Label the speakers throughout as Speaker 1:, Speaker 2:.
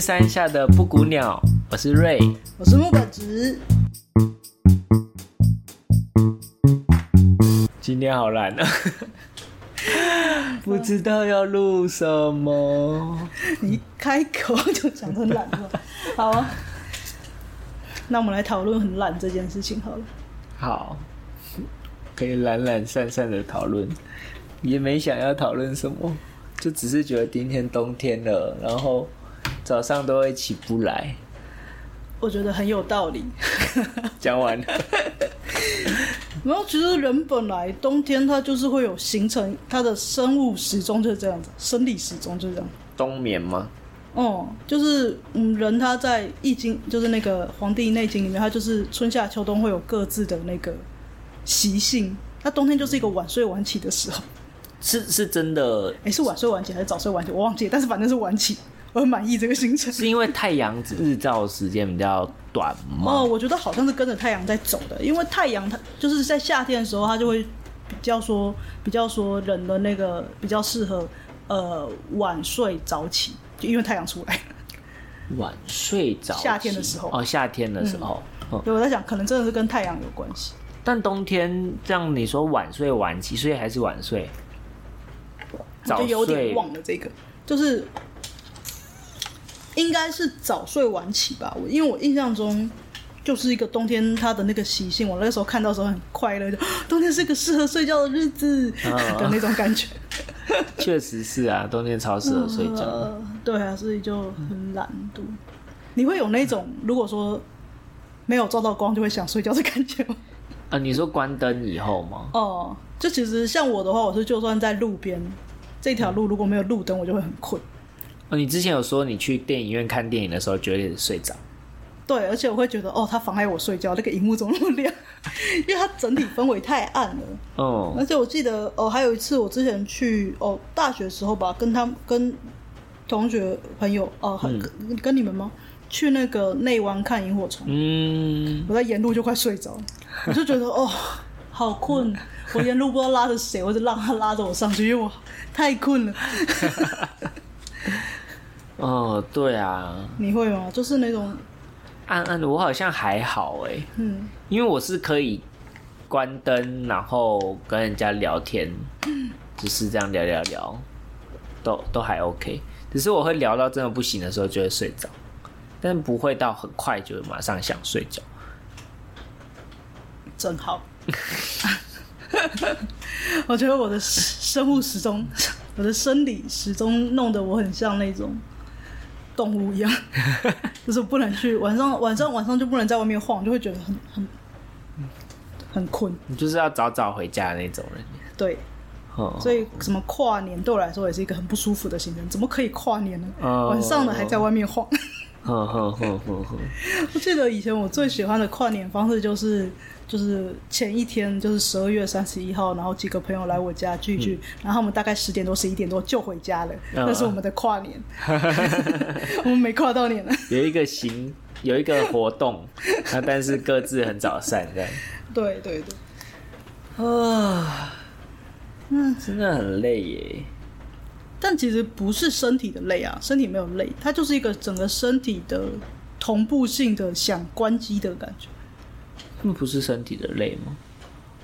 Speaker 1: 山下的布谷鸟，我是瑞。
Speaker 2: 我是木本直，
Speaker 1: 今天好懒啊， 不知道要录什么。
Speaker 2: 你开口就讲得很懒了，好啊。那我们来讨论很懒这件事情好了。
Speaker 1: 好，可以懒懒散散的讨论，也没想要讨论什么，就只是觉得今天冬天了，然后早上都会起不来。
Speaker 2: 我觉得很有道理。
Speaker 1: 讲完了，
Speaker 2: 然后其实人本来冬天它就是会有形成它的生物时钟就是这样子，生理时钟就是这样。
Speaker 1: 冬眠吗？
Speaker 2: 哦、就是嗯，人他在《易经》就是那个《黄帝内经》里面，他就是春夏秋冬会有各自的那个习性。那冬天就是一个晚睡晚起的时候，
Speaker 1: 是是真的，
Speaker 2: 诶，哎是晚睡晚起还是早睡晚起？我忘记了，但是反正是晚起。我很满意这个行程。
Speaker 1: 是因为太阳日照时间比较短
Speaker 2: 哦，
Speaker 1: 吗？
Speaker 2: 我觉得好像是跟着太阳在走的，因为太阳它就是在夏天的时候，它就会比较说比较说人的那个比较适合呃晚睡早起，就因为太阳出来了。
Speaker 1: 晚睡早起，
Speaker 2: 夏天的时候
Speaker 1: 哦，夏天的时候，嗯
Speaker 2: 对，我在想，可能真的是跟太阳有关系。
Speaker 1: 但冬天这样你说晚睡晚起，所以还是晚睡，
Speaker 2: 我
Speaker 1: 早
Speaker 2: 就有点
Speaker 1: 睡
Speaker 2: 忘了这个，就是应该是早睡晚起吧。我因为我印象中就是一个冬天它的那个习性，我那时候看到的时候很快乐，就冬天是个适合睡觉的日子、
Speaker 1: 啊
Speaker 2: 的那种感觉。
Speaker 1: 确实是啊，冬天超适合睡觉。
Speaker 2: 呃对啊，所以就很懒惰。你会有那种如果说没有照到光就会想睡觉的感觉吗？
Speaker 1: 啊，你说关灯以后吗？
Speaker 2: 哦、就其实像我的话，我是就算在路边这条路如果没有路灯，我就会很困。
Speaker 1: 哦，你之前有说你去电影院看电影的时候觉得睡着，
Speaker 2: 对，而且我会觉得哦，它妨碍我睡觉，那个荧幕怎么那么亮？因为它整体氛围太暗了。
Speaker 1: 嗯
Speaker 2: 而且我记得哦，还有一次我之前去哦大学时候吧，跟他们跟同学朋友哦，还跟跟你们吗？去那个内湾看萤火虫。
Speaker 1: 嗯，
Speaker 2: 我在沿路就快睡着了，我就觉得哦，好困。我沿路不知道拉着谁，我就让他拉着我上去，因为我太困了。
Speaker 1: 哦，对啊，
Speaker 2: 你会吗？就是那种，
Speaker 1: 暗暗的我好像还好哎、
Speaker 2: 嗯，
Speaker 1: 因为我是可以关灯，然后跟人家聊天，就是这样聊聊聊，都都还 OK。只是我会聊到真的不行的时候就会睡着，但不会到很快就马上想睡觉。
Speaker 2: 真好。 我觉得我的生物时钟，我的生理时钟弄得我很像那种动物一样，就是不能去晚上晚上晚上就不能在外面晃，就会觉得很很很困。
Speaker 1: 你就是要早早回家的那种人。
Speaker 2: 对，
Speaker 1: 哦，
Speaker 2: 所以什么跨年对我来说也是一个很不舒服的行程，怎么可以跨年呢？
Speaker 1: 哦
Speaker 2: 晚上的还在外面晃。
Speaker 1: 哼哼哼哼哼，
Speaker 2: 我记得以前我最喜欢的跨年方式就是，就是前一天就是十二月三十一号，然后几个朋友来我家聚一聚，然后他们大概十点多十一点多就回家了，
Speaker 1: 嗯
Speaker 2: 那是我们的跨年， 我们没跨到年了。
Speaker 1: 有一个行，有一个活动，那但是各自很早散这样。
Speaker 2: 对对对，
Speaker 1: 啊，嗯，真的很累耶。
Speaker 2: 但其实不是身体的累啊，身体没有累，它就是一个整个身体的同步性的想关机的感觉。
Speaker 1: 那不是身体的累吗？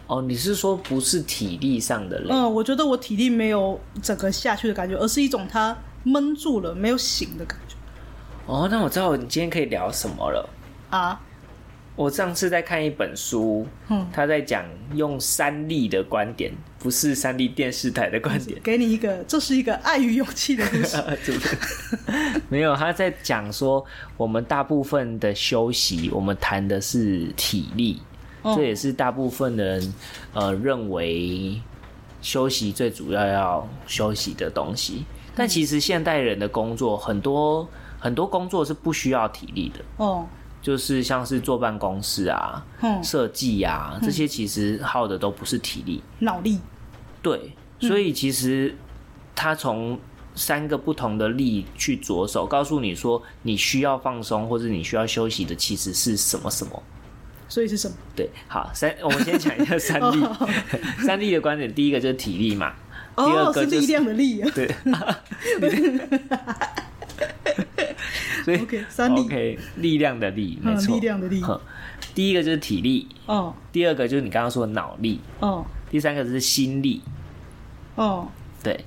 Speaker 1: 哦，你是说不是体力上的累？
Speaker 2: 嗯，我觉得我体力没有整个下去的感觉，而是一种它闷住了没有醒的感觉
Speaker 1: 哦，那我知道你今天可以聊什么了。
Speaker 2: 啊。
Speaker 1: 我上次在看一本书，
Speaker 2: 嗯，
Speaker 1: 他在讲用三立的观点，不是三立电视台的观点
Speaker 2: 给你一个，这是一个爱与勇气的故 事。
Speaker 1: 怎么 没有，他在讲说我们大部分的休息，我们谈的是体力，
Speaker 2: 嗯
Speaker 1: 这也是大部分的人呃认为休息最主要要休息的东西。但其实现代人的工作很多很多工作是不需要体力的，
Speaker 2: 哦，
Speaker 1: 就是像是坐办公室啊、
Speaker 2: 嗯，
Speaker 1: 设计啊这些，其实耗的都不是体力。
Speaker 2: 脑力，
Speaker 1: 对，
Speaker 2: 嗯
Speaker 1: 所以其实他从三个不同的力去着手，告诉你说你需要放松或者你需要休息的其实是什么什么。
Speaker 2: 所以是什么？
Speaker 1: 对，好，三，我们先讲一下三 力。
Speaker 2: 哦
Speaker 1: 三力的观点，第一个就是体力嘛，第二
Speaker 2: 哦，
Speaker 1: 个
Speaker 2: 是力
Speaker 1: 就 是、
Speaker 2: 量的力啊。
Speaker 1: 对，所 以
Speaker 2: OK，三力
Speaker 1: 哦 OK，力量的力，没
Speaker 2: 嗯，
Speaker 1: 错，
Speaker 2: 力量的力，
Speaker 1: 哼第一个就是体力，
Speaker 2: 哦
Speaker 1: 第二个就是你刚刚说的脑力，
Speaker 2: 哦
Speaker 1: 第三个就是心力。
Speaker 2: 哦，
Speaker 1: 对，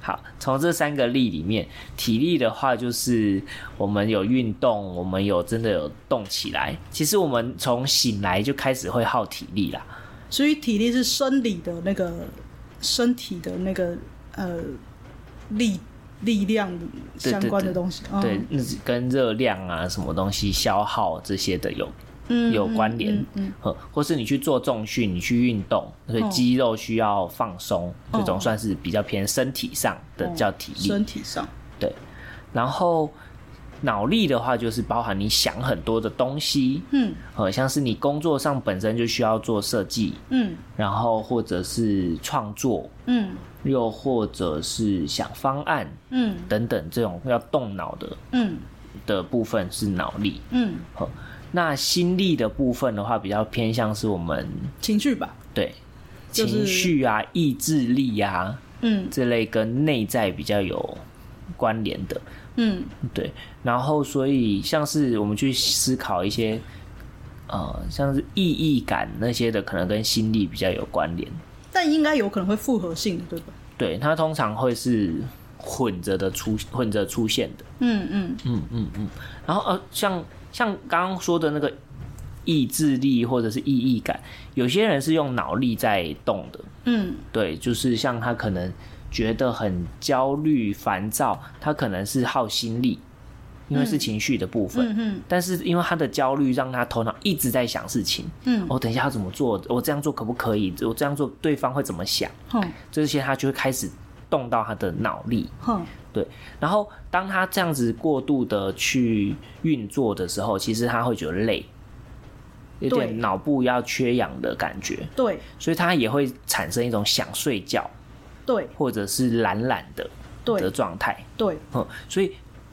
Speaker 1: 好，从这三个力里面，体力的话就是我们有运动，我们有真的有动起来。其实我们从醒来就开始会耗体力啦。
Speaker 2: 所以体力是生理的那个身体的那个呃力力量
Speaker 1: 对
Speaker 2: 相关的
Speaker 1: 对
Speaker 2: 东西，嗯
Speaker 1: 对，那是跟热量啊、什么东西消耗这些的有
Speaker 2: 嗯
Speaker 1: 有关联
Speaker 2: 嗯嗯，
Speaker 1: 呵，或是你去做重训，你去运动，所以
Speaker 2: 哦
Speaker 1: 肌肉需要放松，这种
Speaker 2: 哦
Speaker 1: 算是比较偏身体上的
Speaker 2: 嗯
Speaker 1: 叫体力。
Speaker 2: 身体上，
Speaker 1: 对，然后脑力的话，就是包含你想很多的东西，
Speaker 2: 嗯
Speaker 1: 呃，像是你工作上本身就需要做设计，
Speaker 2: 嗯
Speaker 1: 然后或者是创作，
Speaker 2: 嗯
Speaker 1: 又或者是想方案
Speaker 2: 嗯
Speaker 1: 等等，这种要动脑的
Speaker 2: 嗯
Speaker 1: 的部分是脑力。
Speaker 2: 嗯，
Speaker 1: 呃那心力的部分的话，比较偏向是我们
Speaker 2: 情绪吧，
Speaker 1: 对
Speaker 2: 就是
Speaker 1: 情绪啊、意志力啊
Speaker 2: 嗯
Speaker 1: 这类跟内在比较有关联的。
Speaker 2: 嗯
Speaker 1: 对，然后所以像是我们去思考一些，呃，像是意义感那些的，可能跟心力比较有关联。
Speaker 2: 但应该有可能会复合性的，对吧？
Speaker 1: 对，它通常会是混着的出混着出现的。
Speaker 2: 嗯嗯
Speaker 1: 嗯嗯嗯。然后呃，像像刚刚说的那个意志力或者是意义感，有些人是用脑力在动的。
Speaker 2: 嗯
Speaker 1: 对，就是像他可能觉得很焦虑、烦躁，他可能是耗心力，因为是情绪的部分。
Speaker 2: 嗯嗯
Speaker 1: 但是因为他的焦虑，让他头脑一直在想事情。哦
Speaker 2: 嗯，
Speaker 1: 我、等一下要怎么做？我这样做可不可以？哦我这样做对方会怎么想？
Speaker 2: 哼
Speaker 1: 这些他就会开始动到他的脑力。
Speaker 2: 哼，
Speaker 1: 对，然后当他这样子过度的去运作的时候，其实他会觉得累，有
Speaker 2: 对
Speaker 1: 点脑部要缺氧的感觉，
Speaker 2: 对
Speaker 1: 所以他也会产生一种想睡觉
Speaker 2: 对
Speaker 1: 或者是懒懒的的
Speaker 2: 对
Speaker 1: 状态。
Speaker 2: 对，
Speaker 1: 嗯，所以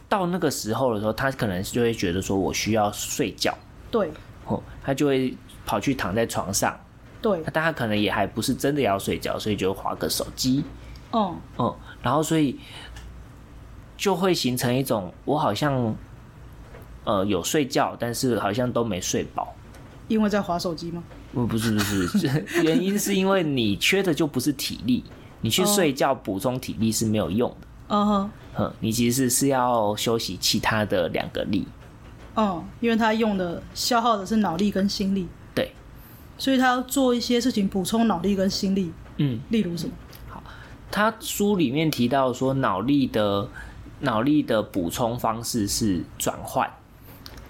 Speaker 1: 到那个时候的时候，他可能就会觉得说我需要睡觉。
Speaker 2: 对
Speaker 1: 哦，他就会跑去躺在床上，
Speaker 2: 对，
Speaker 1: 但他可能也还不是真的要睡觉，所以就划个手机，
Speaker 2: 哦，
Speaker 1: 嗯，然后所以就会形成一种我好像呃有睡觉，但是好像都没睡饱。
Speaker 2: 因为在划手机吗？
Speaker 1: 嗯，不是不是，不是原因是因为你缺的就不是体力，你去
Speaker 2: 哦
Speaker 1: 睡觉补充体力是没有用的，
Speaker 2: 嗯哼，
Speaker 1: 嗯，你其实是要休息其他的两个力，
Speaker 2: 哦，因为他用的消耗的是脑力跟心力，
Speaker 1: 对，
Speaker 2: 所以他要做一些事情补充脑力跟心力，
Speaker 1: 嗯，
Speaker 2: 例如什么？
Speaker 1: 他书里面提到说，脑力的脑力的补充方式是转换，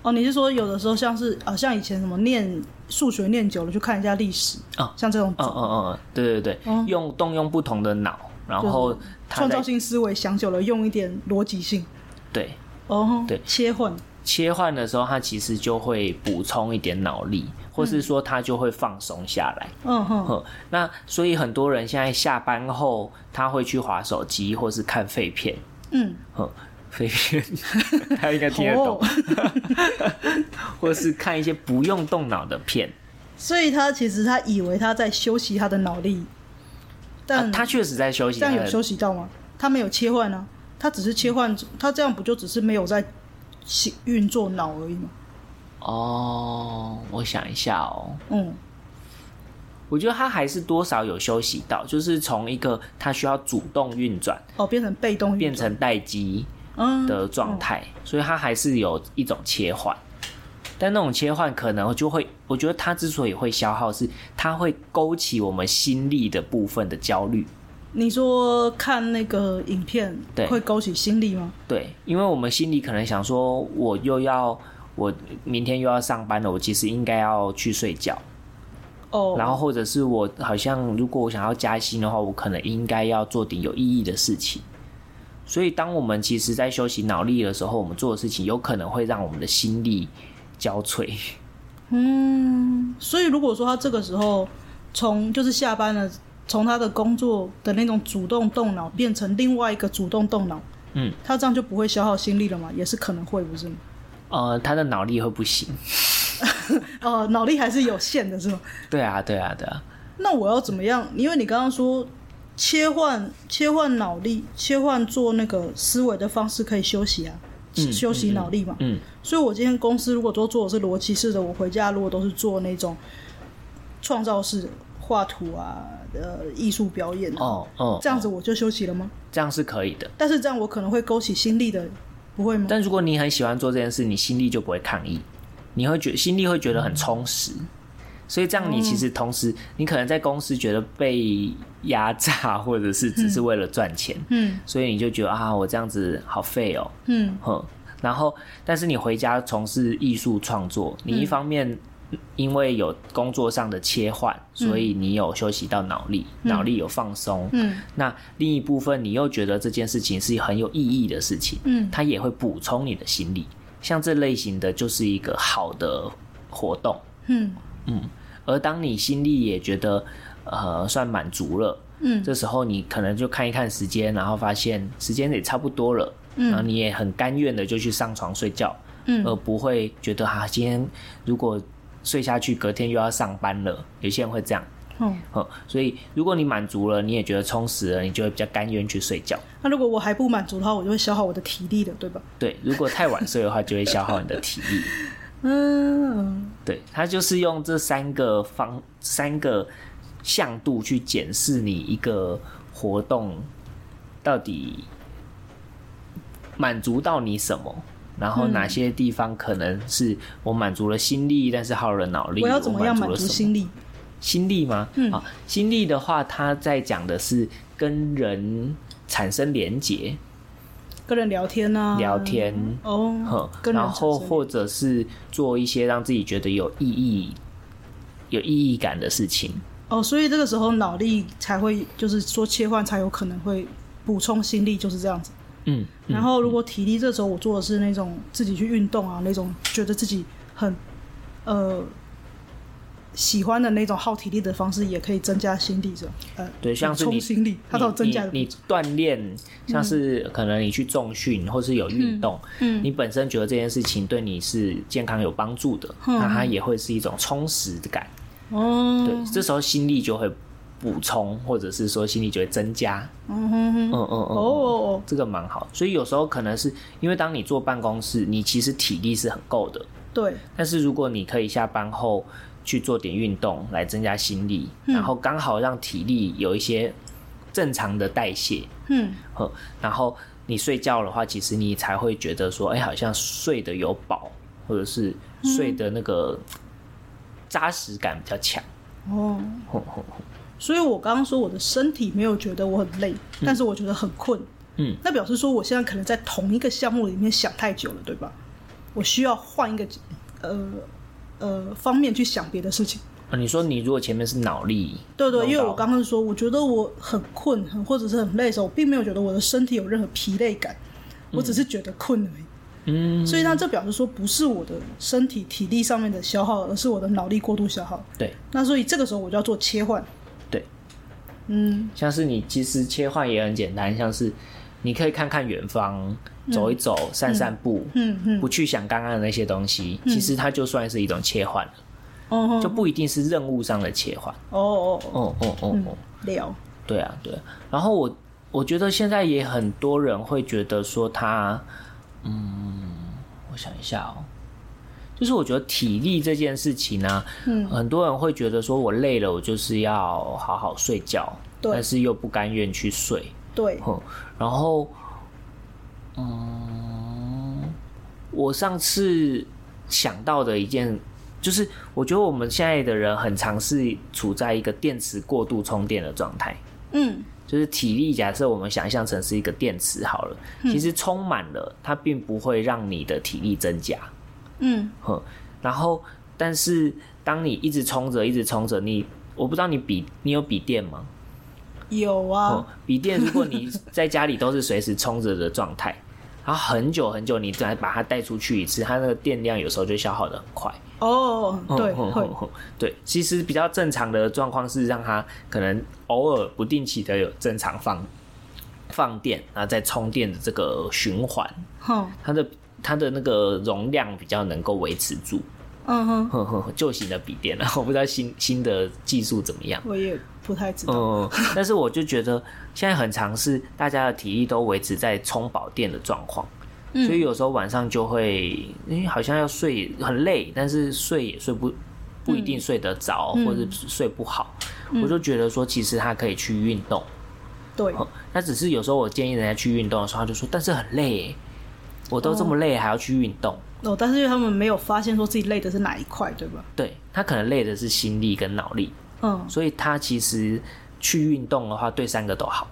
Speaker 2: 哦，你是说有的时候像是啊，像以前什么念数学念久了，去看一下历史
Speaker 1: 哦
Speaker 2: 像这种
Speaker 1: 嗯嗯嗯，对对对，
Speaker 2: 嗯
Speaker 1: 用动用不同的脑，然后他
Speaker 2: 创造
Speaker 1: 在
Speaker 2: 性思维想久了，用一点逻辑性
Speaker 1: 对
Speaker 2: 哦，
Speaker 1: 对
Speaker 2: 切换，
Speaker 1: 切换的时候，他其实就会补充一点脑力，或是说他就会放松下来。
Speaker 2: 嗯哼，
Speaker 1: 嗯，那所以很多人现在下班后，他会去划手机或是看废片，
Speaker 2: 嗯，
Speaker 1: 嗯，废 片他应该听得懂，
Speaker 2: 哦
Speaker 1: 或是看一些不用动脑的片。啊
Speaker 2: 所以他其实他以为他在休息他的脑力，但、
Speaker 1: 啊他确实在休息，
Speaker 2: 这样
Speaker 1: 他
Speaker 2: 有
Speaker 1: 的
Speaker 2: 休息到吗？他没有切换啊，他只是切换，
Speaker 1: 嗯
Speaker 2: 他这样不就只是没有在运作脑而已吗？
Speaker 1: 哦，我想一下哦，
Speaker 2: 嗯，
Speaker 1: 我觉得他还是多少有休息到，就是从一个他需要主动运转
Speaker 2: 哦，变成被动运
Speaker 1: 变
Speaker 2: 转
Speaker 1: 成待机
Speaker 2: 嗯
Speaker 1: 的状态，所以他还是有一种切换。但那种切换可能就会，我觉得他之所以会消耗，是他会勾起我们心力的部分的焦虑。
Speaker 2: 你说看那个影片
Speaker 1: 对
Speaker 2: 会勾起心力吗？
Speaker 1: 对，因为我们心里可能想说，我又要我明天又要上班了，我其实应该要去睡觉。
Speaker 2: 哦，
Speaker 1: 然后或者是我好像如果我想要加薪的话，我可能应该要做点有意义的事情。所以，当我们其实在休息脑力的时候，我们做的事情有可能会让我们的心力交瘁。
Speaker 2: 嗯，所以如果说他这个时候从就是下班了，从他的工作的那种主动动脑变成另外一个主动动脑，
Speaker 1: 嗯，
Speaker 2: 他这样就不会消耗心力了嘛？也是可能会，不是吗？
Speaker 1: 呃，他的脑力会不行。
Speaker 2: 哦，脑力还是有限的，是吗？
Speaker 1: 对啊，对啊，对啊。
Speaker 2: 那我要怎么样？因为你刚刚说切换切换脑力，切换做那个思维的方式可以休息啊。
Speaker 1: 嗯
Speaker 2: 休息脑力嘛。
Speaker 1: 嗯
Speaker 2: 所以我今天公司如果都做的是逻辑式的，我回家如果都是做那种创造式的画图啊，呃，艺术表演、啊，
Speaker 1: 哦哦，
Speaker 2: 这样
Speaker 1: 哦
Speaker 2: 子我就休息了吗？
Speaker 1: 这样是可以的。
Speaker 2: 但是这样我可能会勾起心力的，不会吗？
Speaker 1: 但如果你很喜欢做这件事，你心力就不会抗议，你会觉心力会觉得
Speaker 2: 嗯
Speaker 1: 很充实。所以这样，你其实同时，你可能在公司觉得被压榨，或者是只是为了赚钱，
Speaker 2: 嗯
Speaker 1: 所以你就觉得啊，我这样子好废哦，
Speaker 2: 嗯
Speaker 1: 哼。然后，但是你回家从事艺术创作，你一方面因为有工作上的切换，所以你有休息到脑力，脑力有放松，
Speaker 2: 嗯
Speaker 1: 那另一部分，你又觉得这件事情是很有意义的事情，
Speaker 2: 嗯
Speaker 1: 它也会补充你的心力。像这类型的就是一个好的活动，
Speaker 2: 嗯
Speaker 1: 而当你心力也觉得呃算满足了，
Speaker 2: 嗯
Speaker 1: 这时候你可能就看一看时间，然后发现时间也差不多了，
Speaker 2: 嗯
Speaker 1: 然后你也很甘愿的就去上床睡觉，
Speaker 2: 嗯
Speaker 1: 而不会觉得啊今天如果睡下去，隔天又要上班了。有些人会这样，
Speaker 2: 嗯。
Speaker 1: 嗯，所以如果你满足了，你也觉得充实了，你就会比较甘愿去睡觉。
Speaker 2: 那如果我还不满足的话，我就会消耗我的体力的，对吧？
Speaker 1: 对，如果太晚睡的话，就会消耗你的体力。
Speaker 2: 嗯
Speaker 1: 对，它就是用这三个方三个向度去检视你一个活动到底满足到你什么，然后哪些地方可能是我满足了心力，但是耗了脑力。
Speaker 2: 我要怎么样满
Speaker 1: 满足
Speaker 2: 足
Speaker 1: 了什么
Speaker 2: 心力？
Speaker 1: 心力吗？
Speaker 2: 嗯
Speaker 1: 啊，心力的话，它在讲的是跟人产生连结、
Speaker 2: 跟人聊天啊，
Speaker 1: 聊天。
Speaker 2: 哦
Speaker 1: 哼，，
Speaker 2: 跟人
Speaker 1: 然后
Speaker 2: 产生
Speaker 1: 或者是做一些让自己觉得有意义、有意义感的事情。
Speaker 2: 哦，所以这个时候脑力才会，就是说切换才有可能会补充心力，就是这样子。
Speaker 1: 嗯，
Speaker 2: 然后如果体力这时候我做的是那种自己去运动啊，那种觉得自己很呃喜欢的那种耗体力的方式，也可以增加心力，这样呃
Speaker 1: 对，像是
Speaker 2: 冲
Speaker 1: 你
Speaker 2: 心力，它
Speaker 1: 你
Speaker 2: 到增加的
Speaker 1: 你你锻炼，像是可能你去重训或是有运动，
Speaker 2: 嗯
Speaker 1: 你本身觉得这件事情对你是健康有帮助的，
Speaker 2: 嗯
Speaker 1: 那它也会是一种充实感。
Speaker 2: 哦，
Speaker 1: 对，这时候心力就会补充，或者是说心力就会增加。
Speaker 2: 嗯哼哼，
Speaker 1: 嗯嗯嗯
Speaker 2: 哦
Speaker 1: 嗯。
Speaker 2: 哦哦，
Speaker 1: 这个蛮好，所以有时候可能是因为当你坐办公室，你其实体力是很够的，
Speaker 2: 对，
Speaker 1: 但是如果你可以下班后去做点运动来增加心力，然后刚好让体力有一些正常的代谢，
Speaker 2: 嗯
Speaker 1: 呵，然后你睡觉的话，其实你才会觉得说，哎、好像睡得有饱，或者是睡的那个扎实感比较强。
Speaker 2: 哦。
Speaker 1: 呵呵呵
Speaker 2: 所以我刚刚说我的身体没有觉得我很累，但是我觉得很困。
Speaker 1: 嗯，
Speaker 2: 那表示说我现在可能在同一个项目里面想太久了，对吧？我需要换一个呃呃方面去想别的事情。
Speaker 1: 啊你说你如果前面是脑力，
Speaker 2: 对对，
Speaker 1: 弄
Speaker 2: 因为
Speaker 1: 到
Speaker 2: 我刚刚说，我觉得我很困，很或者是很累的时候，我并没有觉得我的身体有任何疲累感，我只是觉得困而已。
Speaker 1: 嗯，
Speaker 2: 所以呢，这表示说不是我的身体体力上面的消耗，而是我的脑力过度消耗。
Speaker 1: 对
Speaker 2: 那所以这个时候我就要做切换。
Speaker 1: 对，
Speaker 2: 嗯
Speaker 1: 像是你其实切换也很简单，像是你可以看看远方，走一走，散散步，
Speaker 2: 嗯嗯，
Speaker 1: 不去想刚刚的那些东西，其实它就算是一种切换了，
Speaker 2: 哦哦
Speaker 1: 就不一定是任务上的切换。
Speaker 2: 哦哦，
Speaker 1: 哦哦哦哦，
Speaker 2: 聊，
Speaker 1: 对啊对啊。然后我我觉得现在也很多人会觉得说他，嗯，我想一下哦。就是我觉得体力这件事情呢、
Speaker 2: 嗯
Speaker 1: 很多人会觉得说我累了，我就是要好好睡觉，
Speaker 2: 对
Speaker 1: 但是又不甘愿去睡，
Speaker 2: 对，
Speaker 1: 哼，然后，嗯，我上次想到的一件，就是我觉得我们现在的人很常是处在一个电池过度充电的状态，
Speaker 2: 嗯
Speaker 1: 就是体力。假设我们想象成是一个电池好了，其实充满了，它并不会让你的体力增加，
Speaker 2: 嗯
Speaker 1: 哼。然后，但是当你一直充着，一直充着，你我不知道你笔，你有笔电吗？
Speaker 2: 有
Speaker 1: 哦
Speaker 2: 啊，，
Speaker 1: 笔电如果你在家里都是随时充着的状态，然后很久很久你再把它带出去一次，它那个电量有时候就消耗的很快。
Speaker 2: 哦，对，
Speaker 1: 哦
Speaker 2: 会，
Speaker 1: 哦对，其实比较正常的状况是让它可能偶尔不定期的有正常放放电，然后再充电的这个循环，
Speaker 2: 哼，
Speaker 1: 它的它的那个容量比较能够维持住。
Speaker 2: 嗯哼，
Speaker 1: 呵呵，旧型的笔电，然啊后我不知道新新的技术怎么样。
Speaker 2: 我也不太知道，
Speaker 1: 嗯，但是我就觉得现在很尝试，大家的体力都维持在充饱电的状况，所以有时候晚上就会，因为好像要睡很累，但是睡也睡不不一定睡得着，或者睡不好。我就觉得说，其实他可以去运动。
Speaker 2: 对，
Speaker 1: 哦那只是有时候我建议人家去运动的时候，他就说，但是很累耶，我都这么累还要去运动。
Speaker 2: 哦，但是因为他们没有发现说自己累的是哪一块，对吧？
Speaker 1: 对他可能累的是心力跟脑力，
Speaker 2: 嗯，
Speaker 1: 所以他其实去运动的话，对三个都好，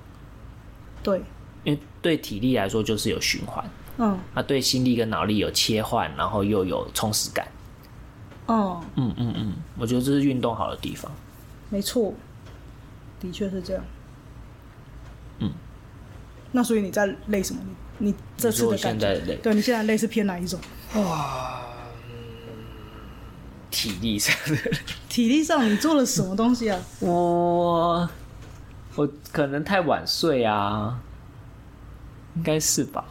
Speaker 2: 对，
Speaker 1: 因为对体力来说就是有循环，
Speaker 2: 嗯
Speaker 1: 啊，对心力跟脑力有切换，然后又有充实感。
Speaker 2: 嗯，
Speaker 1: 嗯嗯嗯，我觉得这是运动好的地方。
Speaker 2: 没错，的确是这样。
Speaker 1: 嗯，
Speaker 2: 那所以你在累什么？你你这次
Speaker 1: 你说我
Speaker 2: 的感
Speaker 1: 现
Speaker 2: 觉，
Speaker 1: 在累
Speaker 2: 对你现在累是偏哪一种？
Speaker 1: 体力上 的，
Speaker 2: 体力上你做了什么东西啊？
Speaker 1: 我我可能太晚睡啊，应该是吧？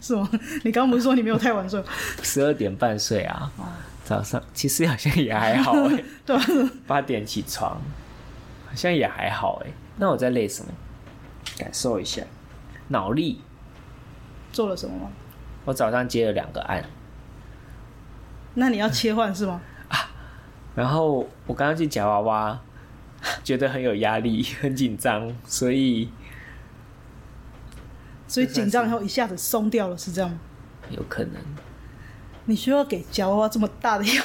Speaker 2: 是吗？你刚不是说你没有太晚睡？
Speaker 1: 十二点半睡啊，早上其实好像也还好哎、
Speaker 2: 对啊吧？
Speaker 1: 八点起床，好像也还好哎、那我在累什么？感受一下，脑力。
Speaker 2: 做了什么吗？
Speaker 1: 我早上接了两个案，
Speaker 2: 那你要切换是吗？
Speaker 1: 然后我刚刚去夹娃娃， 觉得很有压力， 很紧张，所以
Speaker 2: 所以紧张以后一下子松掉了，是这样吗？
Speaker 1: 有可能
Speaker 2: 你需要给夹娃娃这么大的压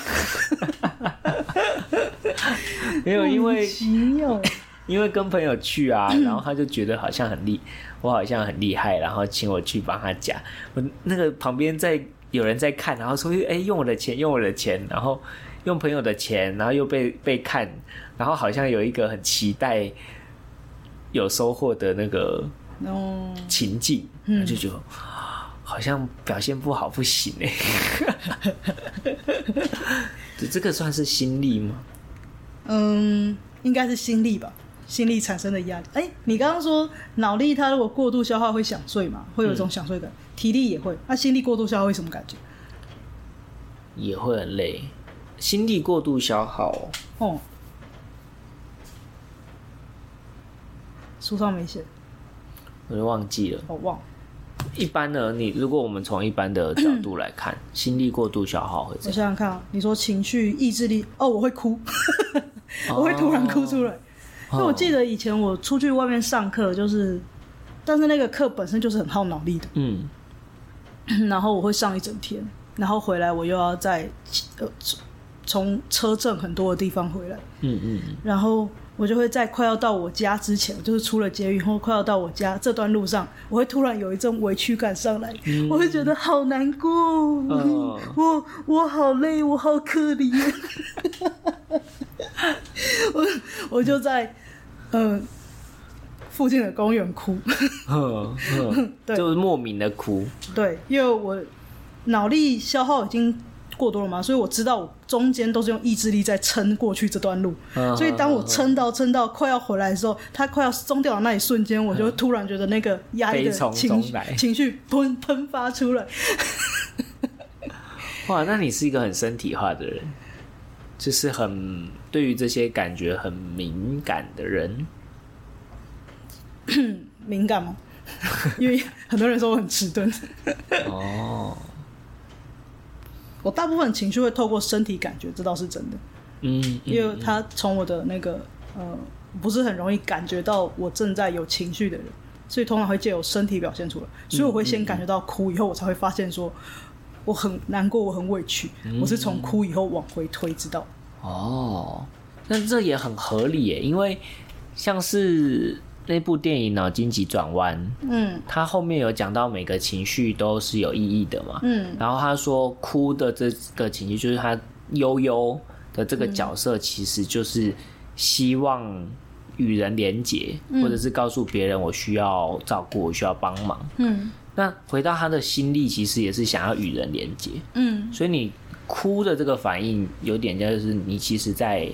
Speaker 1: 没有， 因
Speaker 2: 莫名
Speaker 1: 为
Speaker 2: 其 妙。
Speaker 1: 因为跟朋友去啊，然后他就觉得好像很厉，我好像很厉害，然后请我去帮他夹。我那个旁边在有人在看，然后说：“哎、用我的钱，用我的钱。”然后用朋友的钱，然后又被被看，然后好像有一个很期待有收获的那个
Speaker 2: 哦，
Speaker 1: 情境，
Speaker 2: 嗯
Speaker 1: 我就觉得好像表现不好不行哎、 这这个算是心力吗？
Speaker 2: 嗯，应该是心力吧，心力产生的压力。哎、你刚刚说脑力它如果过度消耗会想睡嘛，会有一种想睡感，体力也会。那、啊心力过度消耗会什么感觉？
Speaker 1: 也会很累，心力过度消耗哦、
Speaker 2: 哦，书上没写，
Speaker 1: 我就忘记了。
Speaker 2: 好忘了。
Speaker 1: 一般呢，你如果我们从一般的角度来看，
Speaker 2: 嗯
Speaker 1: 心力过度消耗会
Speaker 2: 我
Speaker 1: 怎样？
Speaker 2: 想想看啊，你说情绪、意志力，哦，我会哭， 我会突然哭出来。因为我
Speaker 1: 哦
Speaker 2: 记得以前我出去外面上课，就是，但是那个课本身就是很耗脑力的，
Speaker 1: 嗯，
Speaker 2: 然后我会上一整天，然后回来我又要再呃从从车震很多的地方回来，
Speaker 1: 嗯嗯嗯，
Speaker 2: 然后我就会在快要到我家之前，就是出了捷运后快要到我家这段路上，我会突然有一阵委屈感上来，我会觉得好难过，
Speaker 1: 哦
Speaker 2: 我我好累，我好可怜，我我就在嗯、呃附近的公园哭，
Speaker 1: 呵呵
Speaker 2: 对
Speaker 1: 嗯就是莫名的哭。
Speaker 2: 对，因为我脑力消耗已经过多了嘛，所以我知道我中间都是用意志力在撑过去这段路。
Speaker 1: 嗯
Speaker 2: 所以当我撑到撑到快要回来的时候，它快要松掉的那一瞬间，我就突然觉得那个压力
Speaker 1: 嗯悲
Speaker 2: 的
Speaker 1: 从
Speaker 2: 情
Speaker 1: 中来
Speaker 2: 绪情绪喷喷发出来。
Speaker 1: 哇，那你是一个很身体化的人，就是很对于这些感觉很敏感的人。
Speaker 2: 敏感 吗？因为很多人说我很迟钝，
Speaker 1: 哦，
Speaker 2: 我大部分情绪会透过身体感觉，这倒是真的。
Speaker 1: 嗯，嗯
Speaker 2: 因为他从我的那个呃，不是很容易感觉到我正在有情绪的人，所以通常会借由身体表现出来。
Speaker 1: 嗯
Speaker 2: 所以我会先感觉到哭，以后我才会发现说我很难过，我很委屈。
Speaker 1: 嗯
Speaker 2: 我是从哭以后往回推，知道？
Speaker 1: 哦，那这也很合理耶，因为像是那部电影《脑筋急转弯》，
Speaker 2: 嗯
Speaker 1: 他后面有讲到每个情绪都是有意义的嘛，
Speaker 2: 嗯
Speaker 1: 然后他说哭的这个情绪就是他悠悠的这个角
Speaker 2: 嗯
Speaker 1: 色，其实就是希望与人连结，
Speaker 2: 嗯
Speaker 1: 或者是告诉别人我需要照顾，我需要帮忙。
Speaker 2: 嗯
Speaker 1: 那回到他的心力，其实也是想要与人连结，
Speaker 2: 嗯，
Speaker 1: 所以你哭的这个反应，有点就是你其实在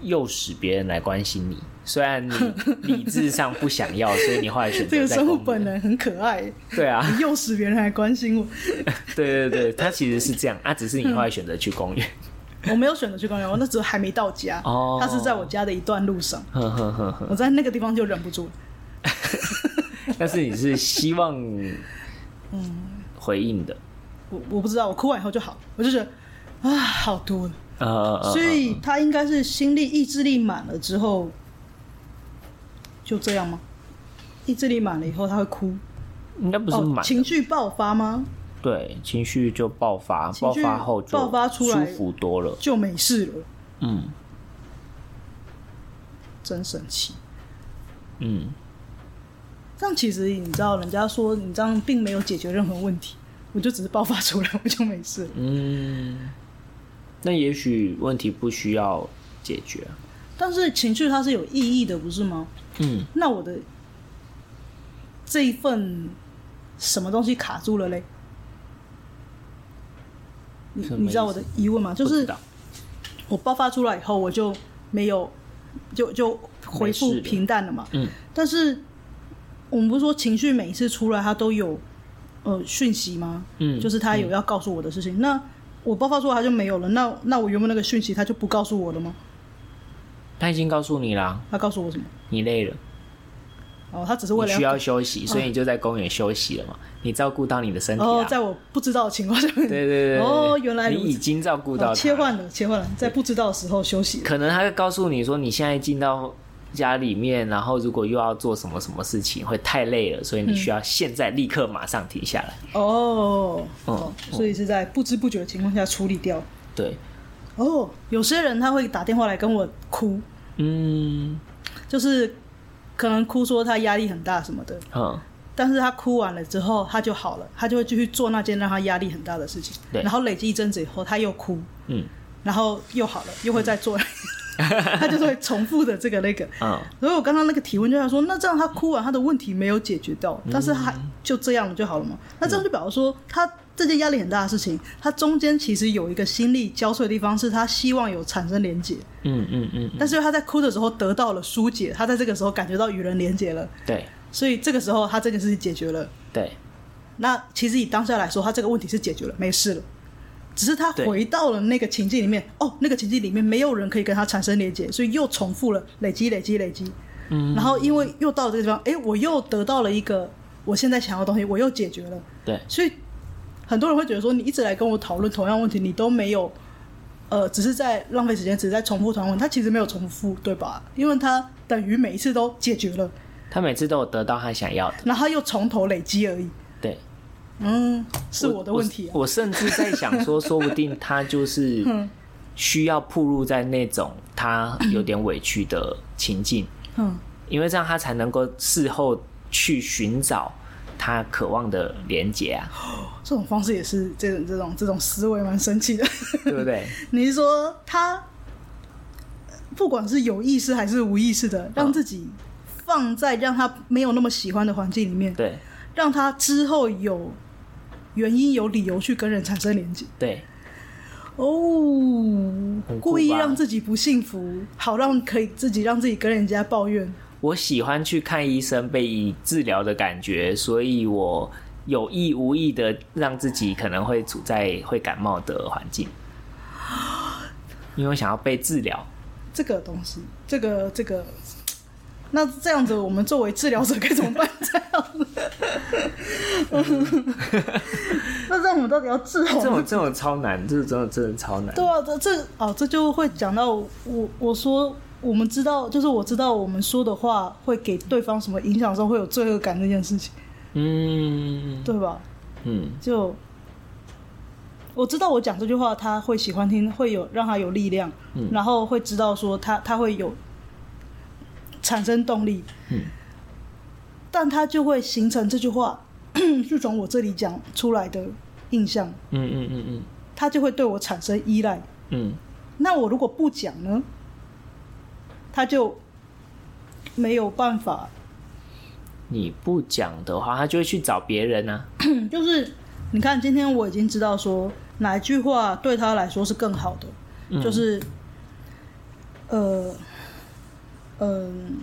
Speaker 1: 诱使别人来关心你，虽然 你理智上不想要，所以你后来选
Speaker 2: 这
Speaker 1: 择
Speaker 2: 个
Speaker 1: 在
Speaker 2: 生物
Speaker 1: 公园
Speaker 2: 本能很可 爱，
Speaker 1: 对啊，
Speaker 2: 诱使别人来关心我。
Speaker 1: 对对对，他其实是这样，啊，只是你
Speaker 2: 嗯
Speaker 1: 后来选择去公 园。
Speaker 2: 我没有选择去公园，我那时候还没到家，
Speaker 1: 哦嗯
Speaker 2: 他是在我家的一段路上，
Speaker 1: 呵呵呵呵，
Speaker 2: 我在那个地方就忍不住了。
Speaker 1: 但是你是希望回应
Speaker 2: 嗯
Speaker 1: 的，
Speaker 2: 我我不知道，我哭完以后就好，我就觉得啊，好多了。
Speaker 1: 呃，
Speaker 2: 所以他应该是心力、意志力满了之后，就这样吗？意志力满了以后，他会哭，
Speaker 1: 应该不是
Speaker 2: 哦，
Speaker 1: 满，
Speaker 2: 情绪爆发吗？
Speaker 1: 对，情绪就爆发，
Speaker 2: 情
Speaker 1: 爆
Speaker 2: 绪
Speaker 1: 发后就
Speaker 2: 爆发出
Speaker 1: 舒
Speaker 2: 来
Speaker 1: 服多了，
Speaker 2: 就没事了，
Speaker 1: 嗯
Speaker 2: 真神奇。
Speaker 1: 嗯，
Speaker 2: 这样其实你知道，人家说你这样并没有解决任何问题，我就只是爆发出来， 我就没事了。
Speaker 1: 嗯，那也许问题不需要解决，啊
Speaker 2: 但是情绪它是有意义的，不是吗？
Speaker 1: 嗯，
Speaker 2: 那我的这一份什么东西卡住了嘞？你
Speaker 1: 什么
Speaker 2: 你知道我的疑问吗？就
Speaker 1: 不知
Speaker 2: 是
Speaker 1: 道
Speaker 2: 我爆发出来以后，我就没有就就回
Speaker 1: 没
Speaker 2: 复
Speaker 1: 事了
Speaker 2: 平淡了嘛。
Speaker 1: 嗯，
Speaker 2: 但是我们不是说情绪每一次出来它都有呃讯息吗？
Speaker 1: 嗯
Speaker 2: 就是它有要告诉我的事情。那我爆发出来它就没有了，那那我原本那个讯息它就不告诉我了吗？
Speaker 1: 他已经告诉你啦，
Speaker 2: 它告诉我什么？
Speaker 1: 你累了，
Speaker 2: 哦，它只是为
Speaker 1: 你
Speaker 2: 了嗯
Speaker 1: 需要休息，所以你就在公园休息了嘛，你照顾到你的身体
Speaker 2: 哦
Speaker 1: 啊，，
Speaker 2: 在我不知道的情况下，对
Speaker 1: 对对对，对
Speaker 2: 哦，原来
Speaker 1: 你
Speaker 2: 如
Speaker 1: 已
Speaker 2: 此。
Speaker 1: 经照顾到
Speaker 2: 哦、
Speaker 1: 他
Speaker 2: 切
Speaker 1: 了
Speaker 2: 换了，切换了，在不知道的时候休息了。
Speaker 1: 可能他会告诉你说，你现在进到家里面，然后如果又要做什么什么事情，会太累了，所以你需要现在立刻马上停下来。
Speaker 2: 哦，
Speaker 1: 嗯
Speaker 2: 哦，所以是在不知不觉的情况下处理掉。
Speaker 1: 对，
Speaker 2: 哦，有些人他会打电话来跟我哭，
Speaker 1: 嗯，
Speaker 2: 就是可能哭说他压力很大什么的，
Speaker 1: 嗯，
Speaker 2: 但是他哭完了之后他就好了，他就会继续做那件让他压力很大的事情，
Speaker 1: 对
Speaker 2: 然后累积一阵子以后他又哭，
Speaker 1: 嗯，
Speaker 2: 然后又好了，又会再做，他就是会重复的这个那个。
Speaker 1: 嗯，
Speaker 2: 所以我刚刚那个提问就想说，那这样他哭完他的问题没有解决掉，但是他就这样了就好了嘛？那这样就表示说，他这件压力很大的事情，他中间其实有一个心力交瘁的地方，是他希望有产生连结，
Speaker 1: 嗯，嗯，嗯，嗯
Speaker 2: 但是他在哭的时候得到了疏解，他在这个时候感觉到与人连结了，
Speaker 1: 对，
Speaker 2: 所以这个时候他这件事情解决了。
Speaker 1: 对，
Speaker 2: 那其实以当下来说，他这个问题是解决了，没事了。只是他
Speaker 1: 对
Speaker 2: 回到了那个情境里面，哦，那个情境里面没有人可以跟他产生连接，所以又重复了累积、累积、累积。
Speaker 1: 嗯，
Speaker 2: 然后因为又到了这个地方，哎，我又得到了一个我现在想要的东西，我又解决了。
Speaker 1: 对，
Speaker 2: 所以很多人会觉得说，你一直来跟我讨论同样问题，你都没有，呃，只是在浪费时间，只是在重复同样问题。他其实没有重复，对吧？因为他等于每一次都解决了，
Speaker 1: 他每次都有得到他想要的。
Speaker 2: 然后他又从头累积而已。
Speaker 1: 对，
Speaker 2: 嗯，是我的问题啊。嗯
Speaker 1: 我。我甚至在想说，说不定 他就是需要暴露在那种他有点委屈的情境。
Speaker 2: 嗯，
Speaker 1: 因为这样他才能够事后去寻找他渴望的连接啊，
Speaker 2: 这种方式也是这种这种这种思维蛮神奇的。
Speaker 1: 对不对？
Speaker 2: 你是说他呃不管是有意识还是无意识的，让自己放在让他没有那么喜欢的环境里面，
Speaker 1: 对
Speaker 2: 让他之后有原因、有理由去跟人产生连接。
Speaker 1: 对，
Speaker 2: 哦
Speaker 1: 很酷吧，
Speaker 2: 故意让自己不幸福，好让可以自己让自己跟人家抱怨。
Speaker 1: 我喜欢去看医生被以治疗的感觉，所以我有意无意的让自己可能会处在会感冒的环境，因为我想要被治疗。
Speaker 2: 这个东西，这个这个，那这样子，我们作为治疗者该怎么办？这样 子，那这样我们到底要治好
Speaker 1: 这？种这种超难，这种真的真的超难
Speaker 2: 对。啊，这这哦，这就会讲到我我说我们知道，就是我知道我们说的话会给对方什么影响的时候，会有罪恶感这件事情，
Speaker 1: 嗯
Speaker 2: 对吧？
Speaker 1: 嗯，
Speaker 2: 就我知道我讲这句话，他会喜欢听，会有让他有力量，
Speaker 1: 嗯
Speaker 2: 然后会知道说他他会有产生动力，
Speaker 1: 嗯
Speaker 2: 但他就会形成这句话 是从我这里讲出来的印象，
Speaker 1: 嗯嗯嗯嗯
Speaker 2: 他就会对我产生依赖。
Speaker 1: 嗯，
Speaker 2: 那我如果不讲呢，他就没有办法，
Speaker 1: 你不讲的话，他就会去找别人啊。
Speaker 2: 嗯就是你看，今天我已经知道说哪一句话对他来说是更好的，
Speaker 1: 嗯
Speaker 2: 就是，呃，嗯、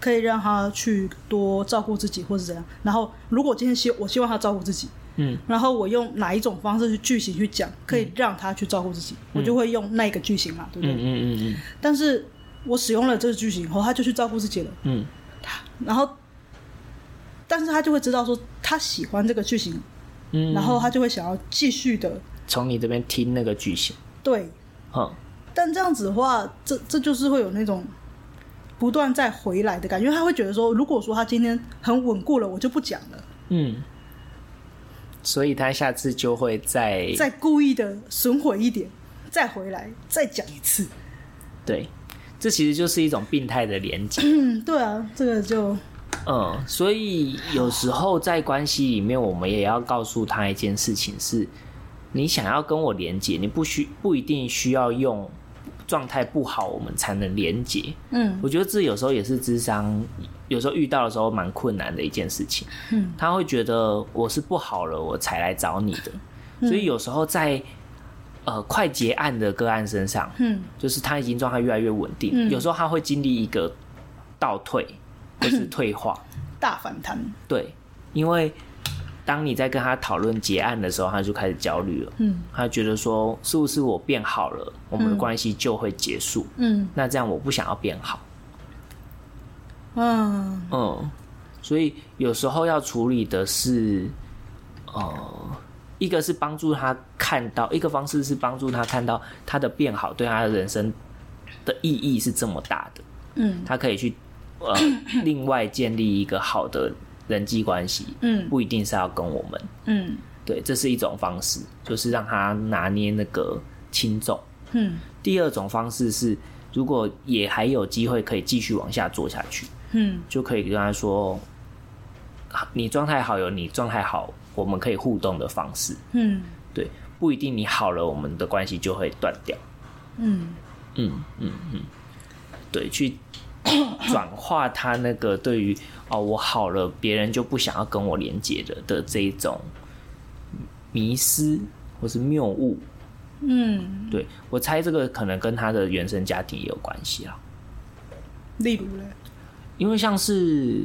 Speaker 2: 可以让他去多照顾自己，或是怎样。然后，如果今天希我希望他照顾自己，
Speaker 1: 嗯
Speaker 2: 然后我用哪一种方式去句型去讲，可以让他去照顾自己，我就会用那个句型嘛，对不
Speaker 1: 嗯
Speaker 2: 对？
Speaker 1: 嗯嗯
Speaker 2: 但是我使用了这个句型以后，他就去照顾自己了，
Speaker 1: 嗯嗯，
Speaker 2: 然后但是他就会知道说他喜欢这个剧情，
Speaker 1: 嗯，
Speaker 2: 然后他就会想要继续的
Speaker 1: 从你这边听那个剧情，
Speaker 2: 对。
Speaker 1: 哼，
Speaker 2: 但这样子的话，这这就是会有那种不断再回来的感觉，因为他会觉得说，如果说他今天很稳固了，我就不讲了，
Speaker 1: 嗯，所以他下次就会再
Speaker 2: 再故意的损毁一点，再回来再讲一次。
Speaker 1: 对，这其实就是一种病态的连接。
Speaker 2: 嗯，对啊，这个就
Speaker 1: 嗯，所以有时候在关系里面，我们也要告诉他一件事情是：你想要跟我连接，你不需不一定需要用状态不好我们才能连接。
Speaker 2: 嗯
Speaker 1: 我觉得这有时候也是智商，有时候遇到的时候蛮困难的一件事情。
Speaker 2: 嗯，
Speaker 1: 他会觉得我是不好了，我才来找你
Speaker 2: 嗯
Speaker 1: 的。所以有时候在呃快结案的个案身上，
Speaker 2: 嗯
Speaker 1: 就是他已经状态越来越稳定，
Speaker 2: 嗯
Speaker 1: 有时候他会经历一个倒退或是退化。
Speaker 2: 大反弹。
Speaker 1: 对，因为当你在跟他讨论结案的时候，他就开始焦虑了。
Speaker 2: 嗯
Speaker 1: 他觉得说，是不是我变好了，我们的关系就会结束？
Speaker 2: 嗯
Speaker 1: 那这样我不想要变好。
Speaker 2: 嗯
Speaker 1: 嗯，所以有时候要处理的是，呃，一个是帮助他看到，一个方式是帮助他看到他的变好对他的人生的意义是这么大的，
Speaker 2: 嗯
Speaker 1: 他可以去呃另外建立一个好的人际关系，
Speaker 2: 嗯
Speaker 1: 不一定是要跟我们。
Speaker 2: 嗯
Speaker 1: 对，这是一种方式，就是让他拿捏那个轻重。
Speaker 2: 嗯
Speaker 1: 第二种方式是，如果也还有机会可以继续往下做下去，
Speaker 2: 嗯
Speaker 1: 就可以跟他说，啊你状态好有你状态好，我们可以互动的方式。
Speaker 2: 嗯
Speaker 1: 对，不一定你好了，我们的关系就会断掉。
Speaker 2: 嗯，
Speaker 1: 嗯嗯嗯，对，去转化他那个对于哦，我好了，别人就不想要跟我连接了的这一种迷失或是谬误。
Speaker 2: 嗯，
Speaker 1: 对我猜这个可能跟他的原生家庭也有关系啊，
Speaker 2: 例如嘞，
Speaker 1: 因为像是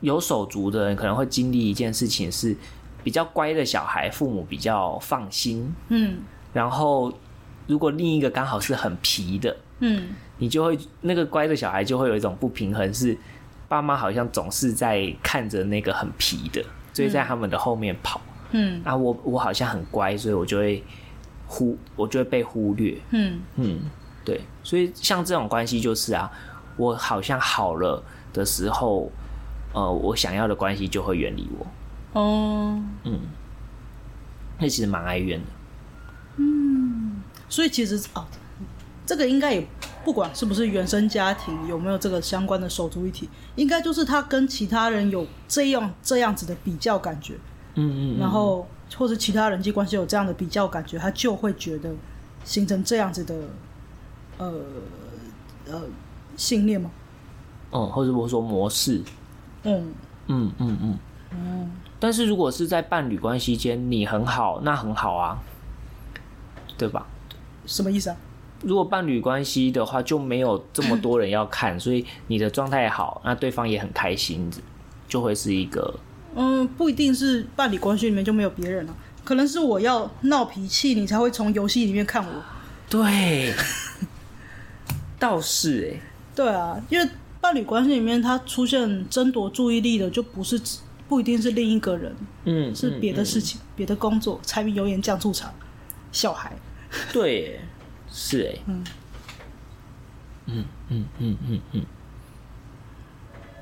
Speaker 1: 有手足的人可能会经历一件事情是比较乖的小孩，父母比较放心，
Speaker 2: 嗯
Speaker 1: 然后如果另一个刚好是很皮的，
Speaker 2: 嗯
Speaker 1: 你就会那个乖的小孩就会有一种不平衡，是爸妈好像总是在看着那个很皮的，追在他们的后面跑、
Speaker 2: 嗯
Speaker 1: 啊，我我好像很乖，所以我就会忽我就会被忽略，
Speaker 2: 嗯
Speaker 1: 嗯，对，所以像这种关系就是啊，我好像好了的时候，呃，我想要的关系就会远离我，
Speaker 2: 哦，
Speaker 1: 嗯，那其实蛮哀怨的，
Speaker 2: 所以其实哦，这个应该也不管是不是原生家庭有没有这个相关的手足一体，应该就是他跟其他人有这样这样子的比较感觉，
Speaker 1: 嗯嗯，嗯
Speaker 2: 然后或者其他人际关系有这样的比较感觉，他就会觉得形成这样子的呃呃信念嘛。
Speaker 1: 嗯，或者我说模式，
Speaker 2: 嗯
Speaker 1: 嗯嗯嗯。但是如果是在伴侣关系间，你很好，那很好啊，对吧？
Speaker 2: 什么意思啊？
Speaker 1: 如果伴侣关系的话，就没有这么多人要 看，所以你的状态好，那对方也很开心，就会是一个
Speaker 2: 嗯，不一定是伴侣关系里面就没有别人了、啊可能是我要闹脾气，你才会从游戏里面看我。
Speaker 1: 对，倒是哎、
Speaker 2: 对啊，因为伴侣关系里面，它出现争夺注意力的，就不是只不一定是另一个人，
Speaker 1: 嗯，
Speaker 2: 是别的事情、别的工作、柴米油盐酱醋茶、小孩。
Speaker 1: 嗯，嗯对耶，是哎、嗯嗯嗯嗯嗯，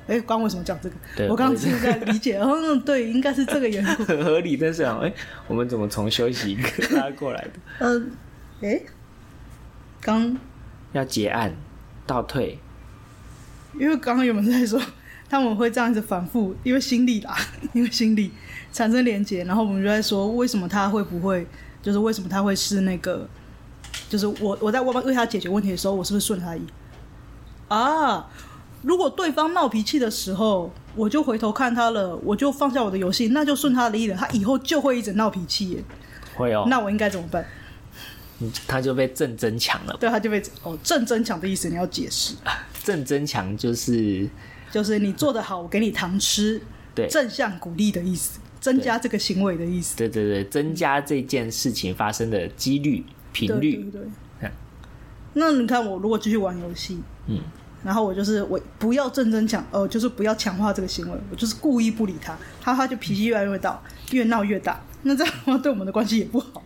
Speaker 2: 哎，关我什么讲这个
Speaker 1: 对？
Speaker 2: 我刚
Speaker 1: 我
Speaker 2: 刚
Speaker 1: 也
Speaker 2: 只是在理解，嗯，对，应该是这个缘 故。
Speaker 1: 很合理。但是啊，哎、我们怎么从休息一个拉过来的？
Speaker 2: 嗯、呃，哎，刚
Speaker 1: 要结案，倒退，
Speaker 2: 因为刚刚原本在说他们会这样子反复，因为心理啦，因为心理产生连结，然后我们就在说为什么他会不会，就是为什么他会是那个，就是我我在为为他解决问题的时候，我是不是顺他意啊？如果对方闹脾气的时候，我就回头看他了，我就放下我的游戏，那就顺他的意了，他以后就会一直闹脾气耶，
Speaker 1: 会哦，
Speaker 2: 那我应该怎么办？
Speaker 1: 嗯他就被郑增强了。
Speaker 2: 对，他就被哦正增强的意思你要解释，
Speaker 1: 郑增强就是
Speaker 2: 就是你做得好，我给你糖吃，
Speaker 1: 对，
Speaker 2: 正向鼓励的意思，增加这个行为的意思。
Speaker 1: 对对对，增加这件事情发生的几率、频
Speaker 2: 对对
Speaker 1: 率。
Speaker 2: 对
Speaker 1: 嗯。
Speaker 2: 那你看，我如果继续玩游戏，
Speaker 1: 嗯，
Speaker 2: 然后我就是我不要认真讲，呃，就是不要强化这个行为，我就是故意不理他，他他就脾气越来越大，越闹越大，那这样的话对我们的关系也不 好。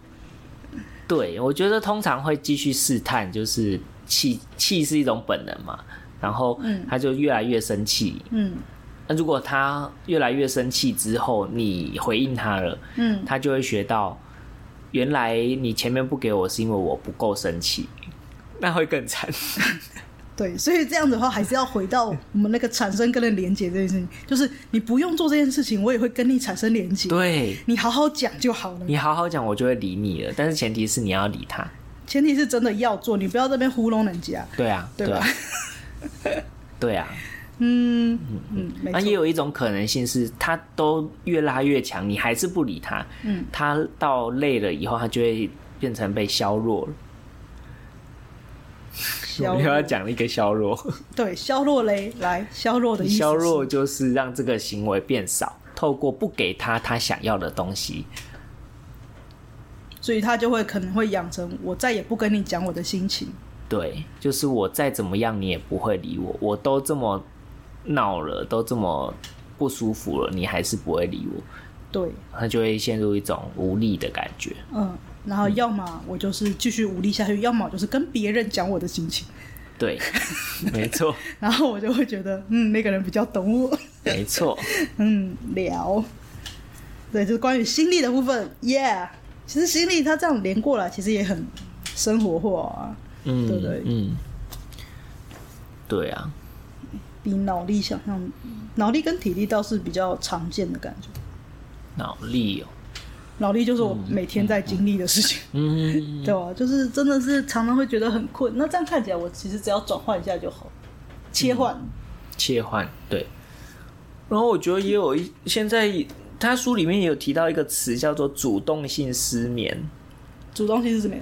Speaker 1: 对，我觉得通常会继续试探，就是气气是一种本能嘛，然后他就越来越生气。
Speaker 2: 嗯
Speaker 1: 那、如果他越来越生气之后，你回应他了，
Speaker 2: 嗯，
Speaker 1: 他就会学到，原来你前面不给我是因为我不够生气，那会更惨。
Speaker 2: 对，所以这样子的话，还是要回到我们那个产生跟人连接这件事情，就是你不用做这件事情，我也会跟你产生连接。
Speaker 1: 对
Speaker 2: 你好好讲就好了，
Speaker 1: 你好好讲，我就会理你了，但是前提是你要理他。
Speaker 2: 前提是真的要做，你不要这边糊弄人家。
Speaker 1: 对啊，
Speaker 2: 对
Speaker 1: 对啊
Speaker 2: 吧，
Speaker 1: 对啊。
Speaker 2: 嗯嗯，没
Speaker 1: 那
Speaker 2: 错
Speaker 1: 啊也。有一种可能性是，他都越拉越强，你还是不理他。
Speaker 2: 嗯，
Speaker 1: 他到累了以后，他就会变成被削弱了。
Speaker 2: 削
Speaker 1: 我又要
Speaker 2: 弱
Speaker 1: 讲一个削弱，
Speaker 2: 对削弱嘞，来削弱的意思是。
Speaker 1: 削弱就是让这个行为变少，透过不给他他想要的东西。
Speaker 2: 所以他就会可能会养成我再也不跟你讲我的心情。
Speaker 1: 对，就是我再怎么样，你也不会理我。我都这么闹了，都这么不舒服了，你还是不会理我，
Speaker 2: 对，
Speaker 1: 他就会陷入一种无力的感觉。
Speaker 2: 嗯，然后要么我就是继续无力下去，要么我就是跟别人讲我的心情，
Speaker 1: 对， 没错，
Speaker 2: 然后我就会觉得，嗯，那个人比较懂我，
Speaker 1: 没错。
Speaker 2: 嗯，聊。对，就是关于心力的部分，Yeah。其实心力它这样连过来，其实也很生活化啊，
Speaker 1: 嗯，
Speaker 2: 对不对
Speaker 1: 嗯，对啊，
Speaker 2: 比脑力想象，脑力跟体力倒是比较常见的感觉。
Speaker 1: 脑力哦，
Speaker 2: 脑力就是我每天在经历的事情。
Speaker 1: 嗯，
Speaker 2: 对啊，就是真的是常常会觉得很困。那这样看起来，我其实只要转换一下就好，切换。
Speaker 1: 切换对。然后我觉得也有一，现在他书里面也有提到一个词叫做主动性失眠，
Speaker 2: 主动性是什么呀？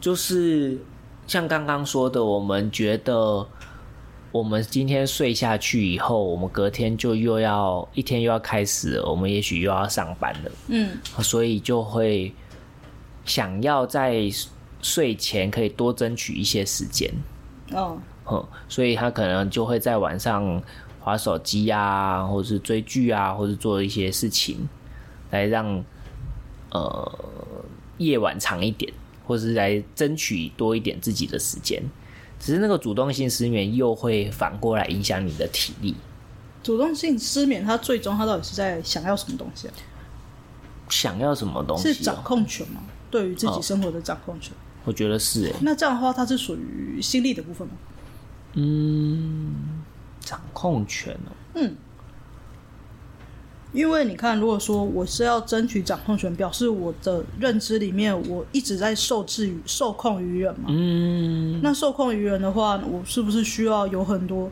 Speaker 1: 就是像刚刚说的，我们觉得我们今天睡下去以后，我们隔天就又要一天又要开始了，我们也许又要上班了。
Speaker 2: 嗯
Speaker 1: 所以就会想要在睡前可以多争取一些时间，
Speaker 2: 哦，
Speaker 1: 哼，所以他可能就会在晚上划手机啊，或者是追剧啊，或者做一些事情来让呃夜晚长一点，或是来争取多一点自己的时间。只是那个主动性失眠又会反过来影响你的体力，
Speaker 2: 主动性失眠，它最终它到底是在想要什么东西、啊？
Speaker 1: 想要什么东西、
Speaker 2: 是掌
Speaker 1: 哦？
Speaker 2: 控权吗？对于自己生活的掌控权。
Speaker 1: 我觉得是、欸，
Speaker 2: 那这样的话，它是属于心力的部分吗？
Speaker 1: 嗯，掌控权哦、
Speaker 2: 因为你看，如果说我是要争取掌控权，表示我的认知里面我一直在受制于、受控于人嘛。
Speaker 1: 嗯，
Speaker 2: 那受控于人的话，我是不是需要有很多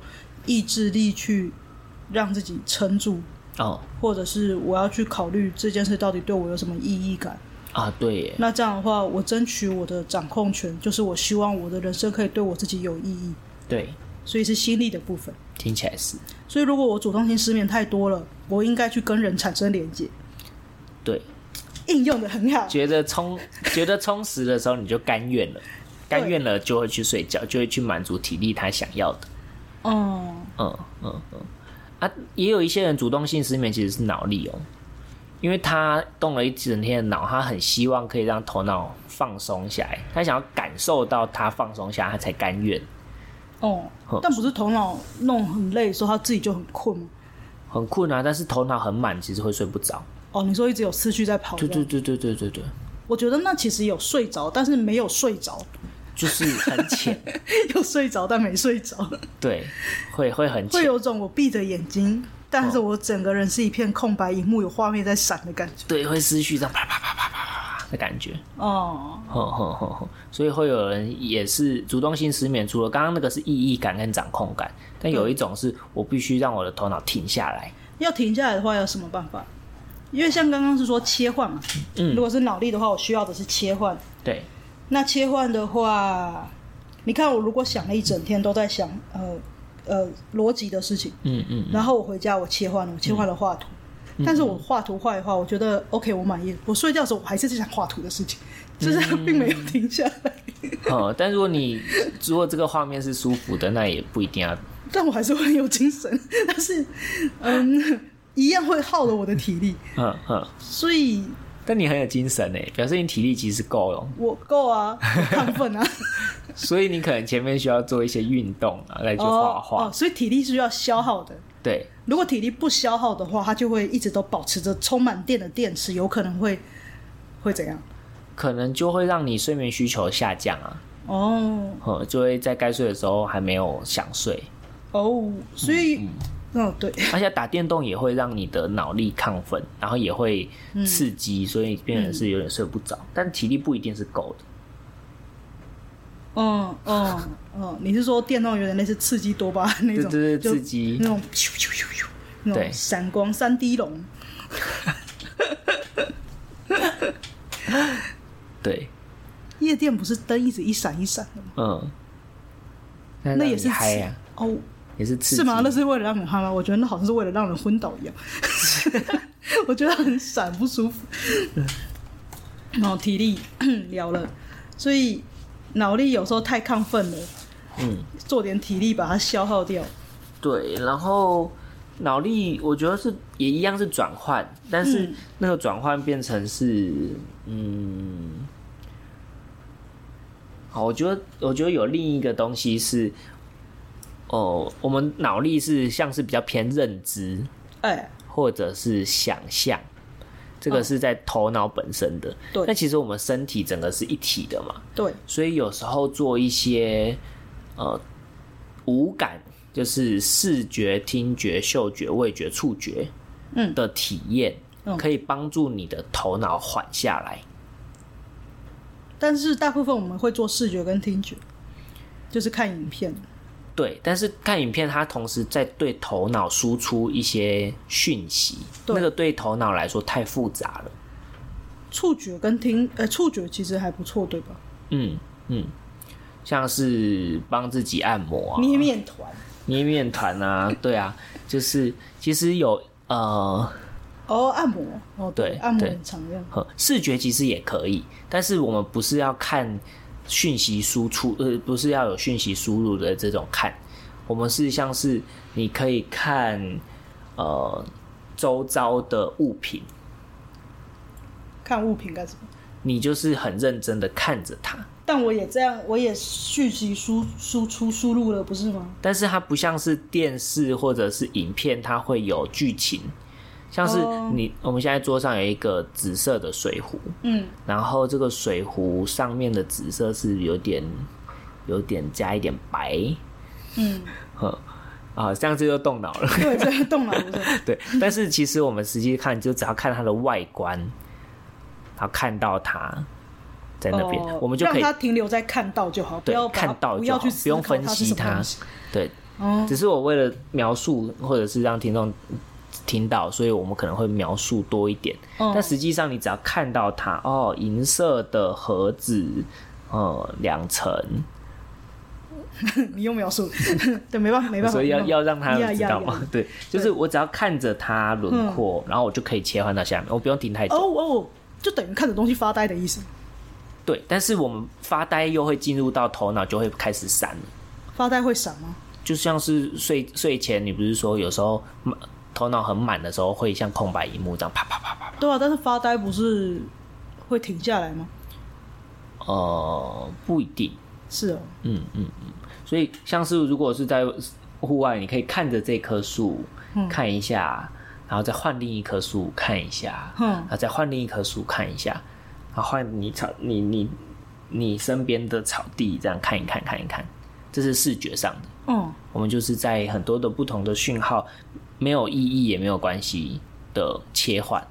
Speaker 2: 意志力去让自己撑住，
Speaker 1: 哦
Speaker 2: 或者是我要去考虑这件事到底对我有什么意义感？
Speaker 1: 啊，对耶，
Speaker 2: 那这样的话，我争取我的掌控权，就是我希望我的人生可以对我自己有意义，
Speaker 1: 对，
Speaker 2: 所以是心力的部分。
Speaker 1: 听起来是
Speaker 2: 所以如果我主动性失眠太多了，我应该去跟人产生连接，
Speaker 1: 对。
Speaker 2: 应用的很好。
Speaker 1: 觉得充 觉得充实的时候，你就甘愿了，甘愿了就会去睡觉，就会去满足体力他想要的。
Speaker 2: 嗯，
Speaker 1: 嗯嗯嗯。啊，也有一些人主动性失眠其实是脑力哦，因为他动了一整天的脑，他很希望可以让头脑放松下来，他想要感受到他放松下来，他才甘愿。
Speaker 2: 哦
Speaker 1: 好，
Speaker 2: 但不是头脑弄很累的时候，他自己就很困吗？
Speaker 1: 很困啊，但是头脑很满，其实会睡不着。
Speaker 2: 哦，你说一直有思绪在跑，
Speaker 1: 对对，对对对对对，
Speaker 2: 我觉得那其实有睡着，但是没有睡着，
Speaker 1: 就是很浅，
Speaker 2: 有睡着但没睡着。
Speaker 1: 对，会会很浅
Speaker 2: 会。有种我闭着眼睛，但是我整个人是一片空白，荧幕有画面在闪的感觉。
Speaker 1: 对，会思绪这样啪啪啪啪啪啪啪的感觉，
Speaker 2: 哦，
Speaker 1: 哼哼哼哼， 所以会有人也是主动性失眠，除了刚刚那个是意义感跟掌控感，但有一种是我必须让我的头脑停下来，
Speaker 2: 要停下来的话，有什么办法？因为像刚刚是说切换嘛，
Speaker 1: 嗯
Speaker 2: 如果是脑力的话，我需要的是切换。
Speaker 1: 对，
Speaker 2: 那切换的话，你看我如果想了一整天都在想呃呃逻辑的事情，
Speaker 1: 嗯嗯，
Speaker 2: 然后我回家我切换了，我切换了画图。但是我画图画一画，我觉得 OK，我满意。我睡觉的时候，我还是在想画图的事情，就是它并没有停下来。
Speaker 1: 呃，但如果你如果这个画面是舒服的，那也不一定要
Speaker 2: 但我还是会很有精神，但是嗯，一样会耗了我的体力，
Speaker 1: 嗯嗯，
Speaker 2: 所以
Speaker 1: 但你很有精神诶，表示你体力其实够了，
Speaker 2: 我够啊，我亢奋啊，
Speaker 1: 所以你可能前面需要做一些运动啊，来去画画。
Speaker 2: 哦哦，所以体力是需要消耗的。
Speaker 1: 对，
Speaker 2: 如果体力不消耗的话，它就会一直都保持着充满电的电池，有可能会会怎样？
Speaker 1: 可能就会让你睡眠需求下降啊，
Speaker 2: 哦
Speaker 1: 嗯，就会在该睡的时候还没有想睡，
Speaker 2: 哦，所以嗯、哦对，
Speaker 1: 而且打电动也会让你的脑力亢奋，然后也会
Speaker 2: 嗯
Speaker 1: 刺激，所以变成是有点睡不着，但体力不一定是够的。
Speaker 2: 嗯嗯嗯，你是说电动有点类似刺激多巴胺那
Speaker 1: 对
Speaker 2: 种，
Speaker 1: 对对，
Speaker 2: 就嗯
Speaker 1: 刺激
Speaker 2: 那种咻咻咻咻那
Speaker 1: 对
Speaker 2: 种闪光三 D 龙，
Speaker 1: 对，
Speaker 2: 夜店不是灯一直一闪一闪的吗？
Speaker 1: 嗯，
Speaker 2: 那
Speaker 1: 让
Speaker 2: 也
Speaker 1: 你
Speaker 2: 是
Speaker 1: 嗨
Speaker 2: 刺
Speaker 1: 呀、
Speaker 2: 哦，
Speaker 1: 也是刺激
Speaker 2: 是吗？那是为了让人嗨吗？我觉得那好像是为了让人昏倒 一样，我觉得很闪不舒服。然后体力聊了，所以脑力有时候太亢奋了，
Speaker 1: 嗯，
Speaker 2: 做点体力把它消耗掉。
Speaker 1: 对，然后脑力我觉得是也一样是转换，但是
Speaker 2: 嗯
Speaker 1: 那个转换变成是嗯，好，我觉得我觉得有另一个东西是，哦，我们脑力是像是比较偏认知
Speaker 2: 哎，
Speaker 1: 或者是想象。这个
Speaker 2: 哦
Speaker 1: 是在头脑本身的，
Speaker 2: 对
Speaker 1: 那其实我们身体整个是一体的嘛，
Speaker 2: 对，
Speaker 1: 所以有时候做一些呃五感，就是视觉、听觉、嗅觉、味觉、触觉，
Speaker 2: 嗯
Speaker 1: 的体验，
Speaker 2: 嗯
Speaker 1: 可以帮助你的头脑缓下来。
Speaker 2: 但是大部分我们会做视觉跟听觉，就是看影片。
Speaker 1: 对，但是看影片，它同时在对头脑输出一些讯息，
Speaker 2: 对
Speaker 1: 那个对头脑来说太复杂了。
Speaker 2: 触觉跟听，呃，触觉其实还不错，对吧？
Speaker 1: 嗯嗯，像是帮自己按摩啊，
Speaker 2: 捏面团，
Speaker 1: 捏面团啊，对啊，就是其实有呃，
Speaker 2: 哦，按摩，哦，
Speaker 1: 对
Speaker 2: 按摩
Speaker 1: 对
Speaker 2: 很常用。
Speaker 1: 呵视觉其实也可以，但是我们不是要看讯息输出，呃，不是要有讯息输入的这种看，我们是像是你可以看呃周遭的物品，
Speaker 2: 看物品干什么？
Speaker 1: 你就是很认真的看着它，
Speaker 2: 但我也这样，我也讯息输输出输入了，不是吗？
Speaker 1: 但是它不像是电视或者是影片，它会有剧情，像是
Speaker 2: 哦
Speaker 1: 你、我们现在桌上有一个紫色的水壶，
Speaker 2: 嗯，
Speaker 1: 然后这个水壶上面的紫色是有点有点加一点白，
Speaker 2: 嗯，
Speaker 1: 呵，啊，这样子就动脑了。
Speaker 2: 对，这个动脑不是？
Speaker 1: 对，但是其实我们实际看，就只要看它的外观，然后看到它在那边，
Speaker 2: 哦
Speaker 1: 我们就可以
Speaker 2: 让它停留在看到就好，不
Speaker 1: 对
Speaker 2: 要把它
Speaker 1: 看到
Speaker 2: 不
Speaker 1: 就
Speaker 2: 要
Speaker 1: 好
Speaker 2: 去，
Speaker 1: 不
Speaker 2: 思
Speaker 1: 用
Speaker 2: 考
Speaker 1: 分
Speaker 2: 它是
Speaker 1: 析
Speaker 2: 什么
Speaker 1: 它
Speaker 2: 东西。
Speaker 1: 对，
Speaker 2: 哦，
Speaker 1: 只是我为了描述或者是让听众听到，所以我们可能会描述多一点。
Speaker 2: 嗯
Speaker 1: 但实际上，你只要看到它，哦，银色的盒子，呃，两层，
Speaker 2: 你又描述， 对，没办法，没办法，
Speaker 1: 所以要
Speaker 2: 没办法
Speaker 1: 要让他
Speaker 2: 呀
Speaker 1: 知
Speaker 2: 呀
Speaker 1: 道嘛
Speaker 2: 呀。
Speaker 1: 对，嗯就是我只要看着它轮廓，然后我就可以切换到下面，我不用停太久。
Speaker 2: 哦哦，就等于看着东西发呆的意思，
Speaker 1: 对，但是我们发呆又会进入到头脑，就会开始闪了。
Speaker 2: 发呆会闪吗？
Speaker 1: 就像是睡睡前，你不是说有时候嗯头脑很满的时候，会像空白一幕这样啪啪啪啪啪。
Speaker 2: 对啊，但是发呆不是会停下来吗？
Speaker 1: 呃，不一定。
Speaker 2: 是哦，
Speaker 1: 嗯嗯嗯。所以像是如果是在户外，你可以看着这棵树、
Speaker 2: 嗯
Speaker 1: 看一下，然后再换另一棵树看一下，
Speaker 2: 嗯
Speaker 1: 然后再换另一棵树看一下，然后换你草你你你身边的草地这样看一看看一看，这是视觉上的。
Speaker 2: 嗯，
Speaker 1: 我们就是在很多的不同的讯号，没有意义也没有关系的切换，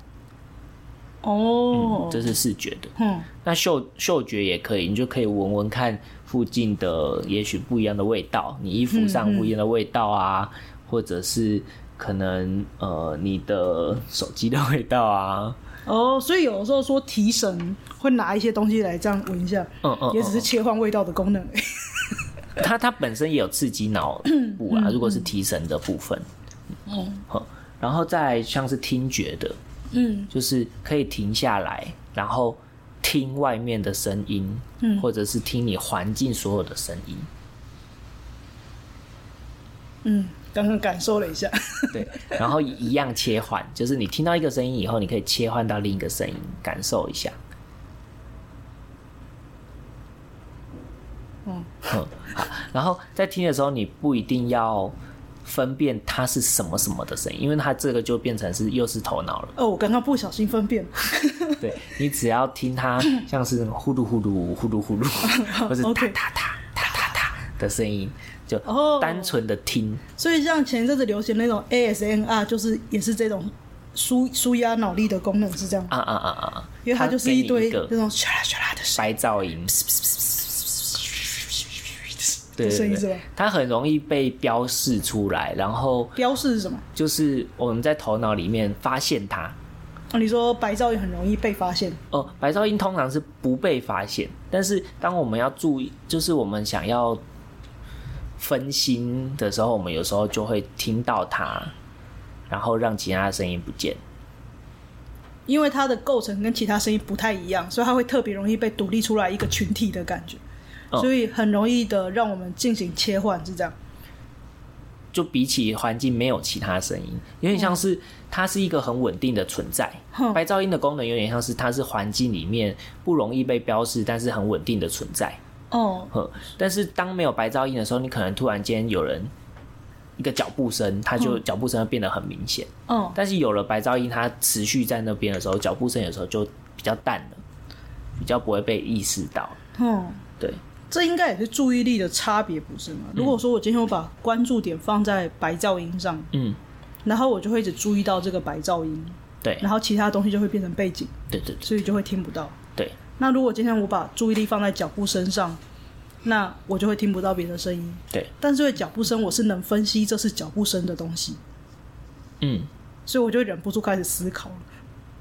Speaker 2: 哦，
Speaker 1: 这是视觉的。
Speaker 2: 嗯，
Speaker 1: 那嗅嗅觉也可以，你就可以闻闻看附近的也许不一样的味道，你衣服上不一样的味道啊，或者是可能呃你的手机的味道啊，
Speaker 2: 哦，所以有的时候说提神会拿一些东西来这样闻一下，
Speaker 1: 嗯嗯
Speaker 2: 也只是切换味道的功能 而已。
Speaker 1: 它它本身也有刺激脑部啊，如果是提神的部分，嗯，好，然后再像是听觉的，
Speaker 2: 嗯，
Speaker 1: 就是可以停下来，然后听外面的声音，嗯，或者是听你环境所有的声音。
Speaker 2: 嗯，刚刚感受了 一下，
Speaker 1: 对，然后一样切换，就是你听到一个声音以后，你可以切换到另一个声音，感受一下。
Speaker 2: 嗯
Speaker 1: 嗯，好。然后在听的时候，你不一定要分辨它是什么什么的声音，因为它这个就变成是又是头脑了。
Speaker 2: 哦，我刚刚不小心分辨了，
Speaker 1: 对你只要听它
Speaker 2: 嗯
Speaker 1: 像是那种呼噜呼噜呼噜 呼噜，或是
Speaker 2: OK
Speaker 1: 哒哒哒哒哒哒的声音，就
Speaker 2: 哦
Speaker 1: 单纯的听。
Speaker 2: 所以像前一阵子流行那种 ASMR，就是也是这种舒舒压脑力的功能是这样，
Speaker 1: 啊啊啊啊啊！
Speaker 2: 因为它就是
Speaker 1: 给
Speaker 2: 一
Speaker 1: 你
Speaker 2: 堆
Speaker 1: 个
Speaker 2: 那种唰啦唰啦的声
Speaker 1: 白 噪音，对
Speaker 2: 声
Speaker 1: 对
Speaker 2: 音是吧
Speaker 1: 对，它很容易被标示出来，然后
Speaker 2: 标示是什么？
Speaker 1: 就是我们在头脑里面发现它。
Speaker 2: 哦，你说白噪也很容易被发现，
Speaker 1: 哦，白噪音通常是不被发现，但是当我们要注意，就是我们想要分心的时候，我们有时候就会听到它，然后让其他的声音不见。
Speaker 2: 因为它的构成跟其他声音不太一样，所以它会特别容易被独立出来一个群体的感觉，
Speaker 1: 哦
Speaker 2: 所以很容易的让我们进行切换，是这样。
Speaker 1: 就比起环境没有其他声音，有点像是它是一个很稳定的存在。
Speaker 2: 哼
Speaker 1: 白噪音的功能有点像是它是环境里面不容易被标示，但是很稳定的存在。
Speaker 2: 哦，
Speaker 1: 呵，但是当没有白噪音的时候，你可能突然间有人一个脚步声，它就脚步声变得很明显。
Speaker 2: 哦，
Speaker 1: 但是有了白噪音，它持续在那边的时候，脚步声有时候就比较淡了，比较不会被意识到。
Speaker 2: 哦。
Speaker 1: 对，
Speaker 2: 这应该也是注意力的差别，不是
Speaker 1: 嗯
Speaker 2: 吗？如果说我今天我把关注点放在白噪音上，
Speaker 1: 嗯，
Speaker 2: 然后我就会一直注意到这个白噪音，
Speaker 1: 对，
Speaker 2: 然后其他东西就会变成背景，
Speaker 1: 对对对
Speaker 2: 所以就会听不到。
Speaker 1: 对，
Speaker 2: 那如果今天我把注意力放在脚步声上，那我就会听不到别的声音。
Speaker 1: 对，
Speaker 2: 但是对脚步声，我是能分析这是脚步声的东西，
Speaker 1: 嗯，
Speaker 2: 所以我就忍不住开始思考了，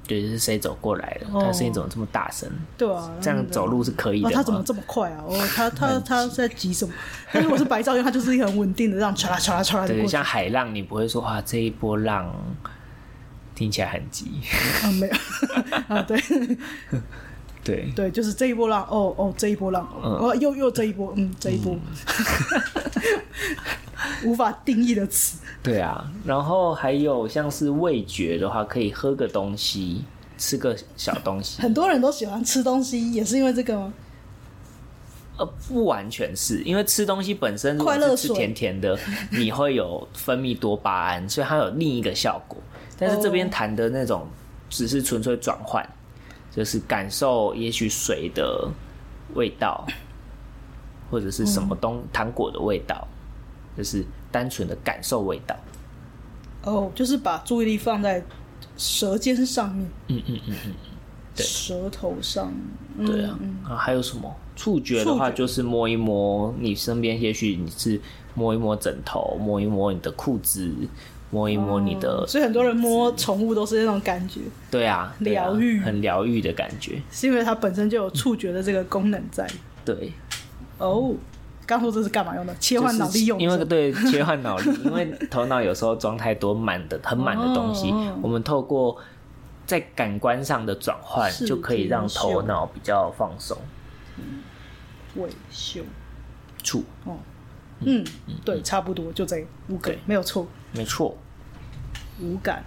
Speaker 1: 对，就是谁走过来了，
Speaker 2: 哦
Speaker 1: 他声音怎么这么大声？
Speaker 2: 对啊，
Speaker 1: 这样走路是可以
Speaker 2: 然后哦，
Speaker 1: 的吗？
Speaker 2: 他怎么这么快啊？哦，他他他在急什么？但是我是白噪音，他就是一个很稳定的，这样唰啦唰啦唰啦的
Speaker 1: 对，
Speaker 2: 过去。
Speaker 1: 像海浪，你不会说哇，这一波浪听起来很 急。
Speaker 2: 啊，没有啊，对
Speaker 1: 对，
Speaker 2: 对，就是这一波浪，哦哦，这一波浪，
Speaker 1: 嗯
Speaker 2: 哦又又这一波，嗯，这一波，
Speaker 1: 嗯
Speaker 2: 无法定义的词。
Speaker 1: 对啊。然后还有像是味觉的话，可以喝个东西，吃个小东西。
Speaker 2: 很多人都喜欢吃东西，也是因为这个吗？
Speaker 1: 呃，不完全是因为吃东西本身，如果
Speaker 2: 快乐
Speaker 1: 是吃
Speaker 2: 水
Speaker 1: 甜 甜的，你会有分泌多巴胺，所以它有另一个效果。但是这边
Speaker 2: 哦
Speaker 1: 谈的那种只是纯粹转换，就是感受也许水的味道，或者是什么东、
Speaker 2: 嗯
Speaker 1: 糖果的味道，就是单纯的感受味道。
Speaker 2: 哦，就是把注意力放在舌尖上面，
Speaker 1: 嗯嗯嗯嗯，对
Speaker 2: 舌头上面。嗯
Speaker 1: 对啊，啊还有什么触觉的
Speaker 2: 触
Speaker 1: 话，
Speaker 2: 觉
Speaker 1: 就是摸一摸你身边，也许你是摸一摸枕头，摸一摸你的裤子，摸一摸你的，
Speaker 2: 所以很多人摸宠物都是那种感觉，
Speaker 1: 对啊，对啊
Speaker 2: 疗愈
Speaker 1: 很疗愈的感觉，
Speaker 2: 是因为它本身就有触觉的这个功能在。
Speaker 1: 对，
Speaker 2: 哦，刚说这是干嘛用的？切
Speaker 1: 就
Speaker 2: 换
Speaker 1: 是
Speaker 2: 脑力用的。
Speaker 1: 因为对切换脑力， 因为头脑有时候装太多满的很满的东西
Speaker 2: 哦，
Speaker 1: 我们透过在感官上的转换，
Speaker 2: 是
Speaker 1: 就可以让
Speaker 2: 挺有
Speaker 1: 头脑比较放松。
Speaker 2: 维修。
Speaker 1: 触，
Speaker 2: 哦，嗯，对，差不多就这五个
Speaker 1: 对，
Speaker 2: 没有错，
Speaker 1: 没错，
Speaker 2: 五感。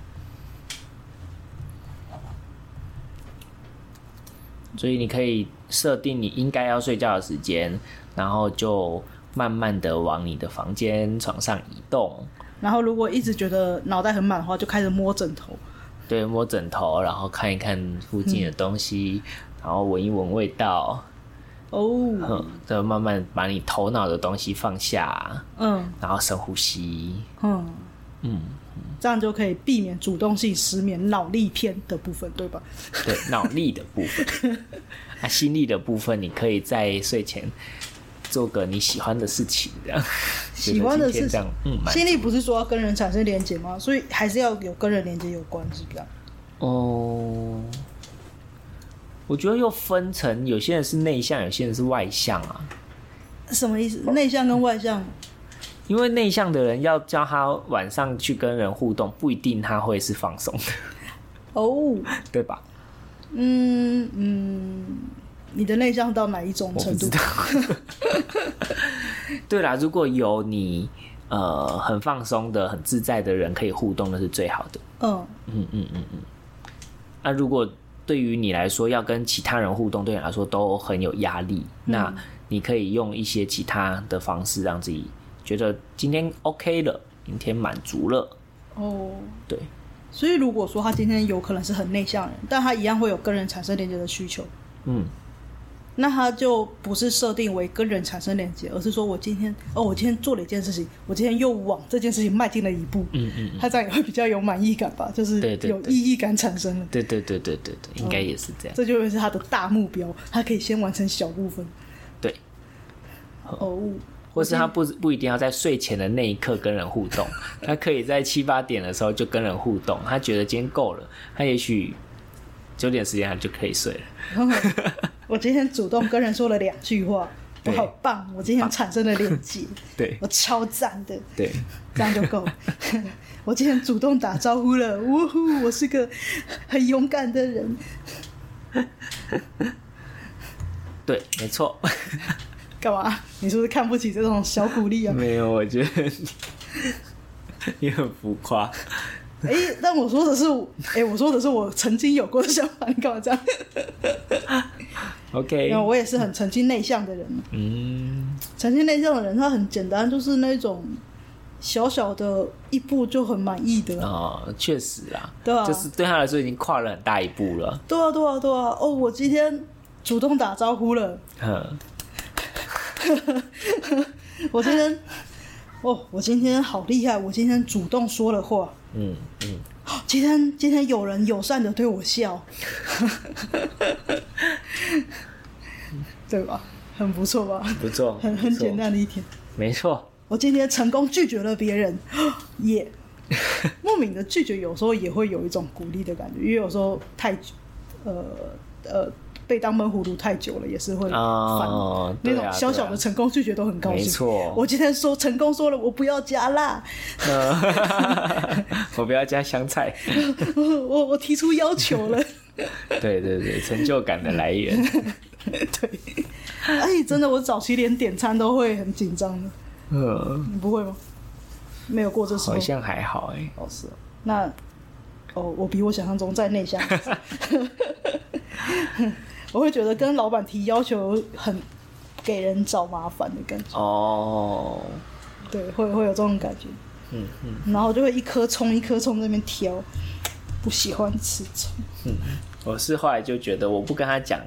Speaker 1: 所以你可以设定你应该要睡觉的时间，然后就慢慢的往你的房间床上移动，
Speaker 2: 然后如果一直觉得脑袋很满的话，就开始摸枕头。
Speaker 1: 对，摸枕头，然后看一看附近的东西，
Speaker 2: 嗯
Speaker 1: 然后闻一闻味道，
Speaker 2: 哦，
Speaker 1: 嗯，再慢慢把你头脑的东西放下，
Speaker 2: 嗯
Speaker 1: 然后深呼吸，
Speaker 2: 嗯，
Speaker 1: 嗯，
Speaker 2: 这样就可以避免主动性失眠、脑力篇的部分，对吧？
Speaker 1: 对，脑力的部分， 啊，心力的部分，你可以在睡前做个你喜欢的事情，这样，
Speaker 2: 喜欢的
Speaker 1: 觉
Speaker 2: 事
Speaker 1: 得今天这
Speaker 2: 情
Speaker 1: 样，嗯，蛮
Speaker 2: 心力不是说要跟人产生连结吗？所以还是要有跟人连结有关，是不是啊？
Speaker 1: 哦，我觉得又分成，有些人是内向，有些人是外向啊。
Speaker 2: 什么意思？内向跟外向？
Speaker 1: 因为内向的人要叫他晚上去跟人互动，不一定他会是放松的，
Speaker 2: 哦，
Speaker 1: 对吧？
Speaker 2: 嗯嗯，你的内向到哪一种
Speaker 1: 我不
Speaker 2: 程度
Speaker 1: 知？道。对啦，如果有你呃很放松的、很自在的人可以互动，那是最好的。
Speaker 2: 嗯，
Speaker 1: 那如果对于你来说要跟其他人互动，对你来说都很有压力，那你可以用一些其他的方式让自己觉得今天 OK 了，今天满足了，
Speaker 2: 哦，
Speaker 1: 对，
Speaker 2: 所以如果说他今天有可能是很内向人，但他一样会有跟人产生连接的需求，
Speaker 1: 嗯，
Speaker 2: 那他就不是设定为跟人产生连接，而是说我今天哦，我今天做了一件事情，我今天又往这件事情迈进了一步，嗯嗯，他这样也会比较有满意感吧，就是
Speaker 1: 对对
Speaker 2: 有
Speaker 1: 对
Speaker 2: 意义感产生了，
Speaker 1: 对对对对对对，应该也是这样，
Speaker 2: 这就会是他的大目标，他可以先完成小部分。
Speaker 1: 对，
Speaker 2: 哦，
Speaker 1: 或是他不不一定要在睡前的那一刻跟人互 动，他可以在七八点的时候就跟人互动，他觉得今天够了，他也许九点时间他就可以睡了。
Speaker 2: 我今天主动跟人说了两句话，我
Speaker 1: 对
Speaker 2: 好棒，我今天产生了连接，
Speaker 1: 对
Speaker 2: 我超赞的，
Speaker 1: 对，
Speaker 2: 这样就够 了。我今天主动打招呼了，呜呼，我是个很勇敢的人。
Speaker 1: 对，没错。
Speaker 2: 干嘛？你是不是看不起这种小鼓励啊？
Speaker 1: 没有，我觉得你 你很浮夸。
Speaker 2: 哎、但我说的是，哎、我说的是我曾经有过的想法，你干嘛这样？
Speaker 1: OK，
Speaker 2: 因为我也是很曾经内向的人，
Speaker 1: 嗯，
Speaker 2: 曾经内向的人他很简单，就是那种小小的一步就很满意的。啊
Speaker 1: 哦，确实啦，
Speaker 2: 对啊
Speaker 1: 就是对他来说已经跨了很大一步了。
Speaker 2: 对啊，对啊，对啊。哦，我今天主动打招呼了，
Speaker 1: 嗯，
Speaker 2: 我今 天，哦，我今天好厉害，我今天主动说了话。
Speaker 1: 嗯嗯，
Speaker 2: 今天今天有人友善的对我 笑，对吧？很不错吧？
Speaker 1: 不错，
Speaker 2: 很很
Speaker 1: 不错
Speaker 2: 简，单的一天。
Speaker 1: 没错，
Speaker 2: 我今天成功拒绝了别人， 也莫名的拒绝，有时候也会有一种鼓励的感觉，因为有时候太，呃呃，被当闷葫芦太久了，也是会烦。
Speaker 1: 哦
Speaker 2: 那
Speaker 1: 对
Speaker 2: 种
Speaker 1: 啊
Speaker 2: 小小
Speaker 1: 对啊
Speaker 2: 的成功拒绝都很高兴。
Speaker 1: 没错
Speaker 2: 我今天说成功说了，我不要加辣，
Speaker 1: 呃我不要加香菜。
Speaker 2: 我我提出要求 了。
Speaker 1: 对对对，成就感的来源。
Speaker 2: 对，哎，真的，我早期连点餐都会很紧张的，
Speaker 1: 嗯，
Speaker 2: 你不会吗？没有过这时候
Speaker 1: 好，像还好哎、
Speaker 2: 老师，那哦，我比我想象中再内 向，我会觉得跟老板提要求很给人找麻烦的感觉，
Speaker 1: 哦，
Speaker 2: 对，会会有这种感觉，
Speaker 1: 嗯嗯，
Speaker 2: 然后就会一颗葱一颗葱在那边挑，不喜欢吃葱，
Speaker 1: 我是后来就觉得我不跟他讲，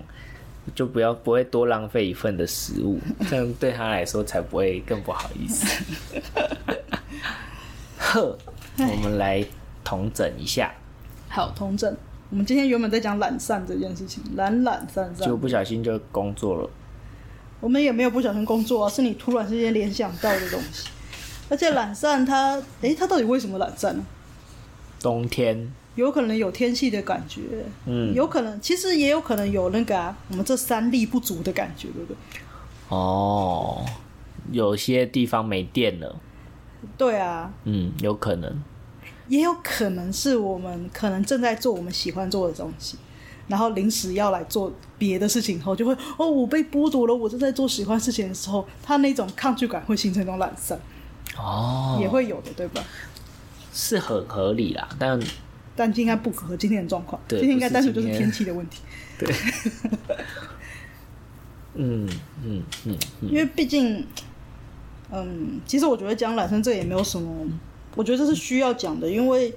Speaker 1: 就不要不会多浪费一份的食 物，这样对他来说才不会更不好意 思。呵，我们来统整一下，
Speaker 2: 好，同整。我们今天原本在讲懒散这件事情，懒懒散散
Speaker 1: 就，不小心就工作了。
Speaker 2: 我们也没有不小心工作啊，是你突然之间联想到的东西。而且懒散它，诶，它到底为什么懒散呢？
Speaker 1: 冬天，
Speaker 2: 有可能有天气的感觉，
Speaker 1: 嗯
Speaker 2: 有可能其实也有可能有那个啊，我们这三力不足的感觉，对不对？
Speaker 1: 哦，有些地方没电了，
Speaker 2: 对啊，
Speaker 1: 嗯，有可能，
Speaker 2: 也有可能是我们可能正在做我们喜欢做的东西，然后临时要来做别的事情后，就会哦，我被剥夺了我正在做喜欢事情的时候，他那种抗拒感会形成一种懒散，
Speaker 1: 哦，
Speaker 2: 也会有的，对吧？
Speaker 1: 是很合理啦，但
Speaker 2: 但应该不符合今天的状况，
Speaker 1: 对
Speaker 2: 今天应该
Speaker 1: 不
Speaker 2: 单
Speaker 1: 是
Speaker 2: 纯就是
Speaker 1: 今天
Speaker 2: 天气的问题。
Speaker 1: 对，嗯嗯嗯，
Speaker 2: 因为毕竟，嗯，其实我觉得讲懒散这也没有什么，我觉得这是需要讲的，因为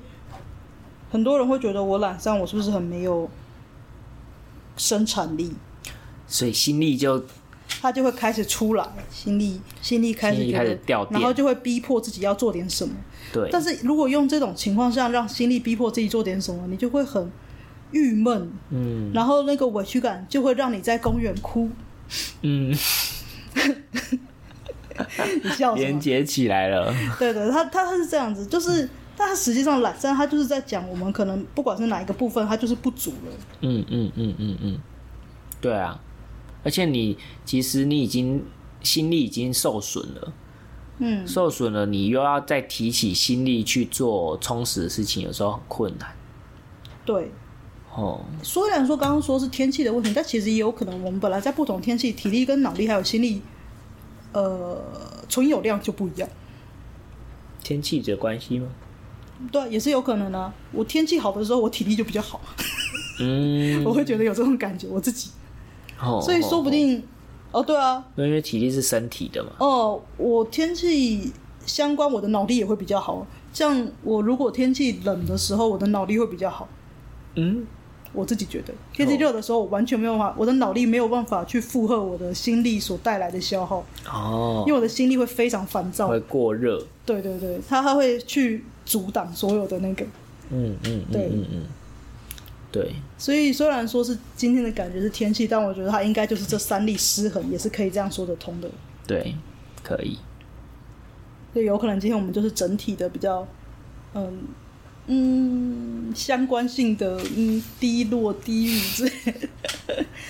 Speaker 2: 很多人会觉得我懒散，我是不是很没有生产力？
Speaker 1: 所以心力就
Speaker 2: 他就会开始出来，心力心力开始
Speaker 1: 心力
Speaker 2: 觉
Speaker 1: 开
Speaker 2: 得
Speaker 1: 始掉电
Speaker 2: 然后就会逼迫自己要做点什么。
Speaker 1: 对，
Speaker 2: 但是如果用这种情况下让心力逼迫自己做点什么，你就会很郁闷，
Speaker 1: 嗯
Speaker 2: 然后那个委屈感就会让你在公园哭。
Speaker 1: 嗯，
Speaker 2: 你笑什
Speaker 1: 连
Speaker 2: 么？
Speaker 1: 接起来了，
Speaker 2: 对的，他他他是这样子，就是但他实际上懒散，他就是在讲我们可能不管是哪一个部分，他就是不足了。
Speaker 1: 嗯嗯嗯嗯嗯，对啊，而且你其实你已经心力已经受损了，
Speaker 2: 嗯，
Speaker 1: 受损了，你又要再提起心力去做充实的事情，有时候很困难
Speaker 2: 对。
Speaker 1: 哦。
Speaker 2: 虽然说刚刚说是天气的问题，但其实也有可能我们本来在不同天气，体力跟脑力还有心力，呃，存有量就不一样。
Speaker 1: 天气的关系吗？
Speaker 2: 对啊，也是有可能啊。我天气好的时候，我体力就比较好，
Speaker 1: 嗯，
Speaker 2: 我会觉得有这种感觉，我自己。
Speaker 1: 哦
Speaker 2: 所以说不，定，哦，对啊，
Speaker 1: 哦哦因为体力是身体的嘛，
Speaker 2: 哦，我天气相关，我的脑力也会比较好。像我如果天气冷的时候，我的脑力会比较好。
Speaker 1: 嗯，
Speaker 2: 我自己觉得，天气热的时候，我完全没有办法，我的脑力没有办法去负荷我的心力所带来的消耗，
Speaker 1: 哦
Speaker 2: 因为，我的心力会非常烦躁。
Speaker 1: 会过热，
Speaker 2: 对对对，它它会去阻挡所有的那个。
Speaker 1: 嗯嗯嗯
Speaker 2: 对
Speaker 1: 嗯嗯，对，
Speaker 2: 所以虽然说是今天的感觉是天气，但我觉得它应该就是这三力失衡，也是可以这样说得通的。
Speaker 1: 对，可以，
Speaker 2: 所以有可能今天我们就是整体的比较，嗯嗯，相关性的嗯低落、低语之类的。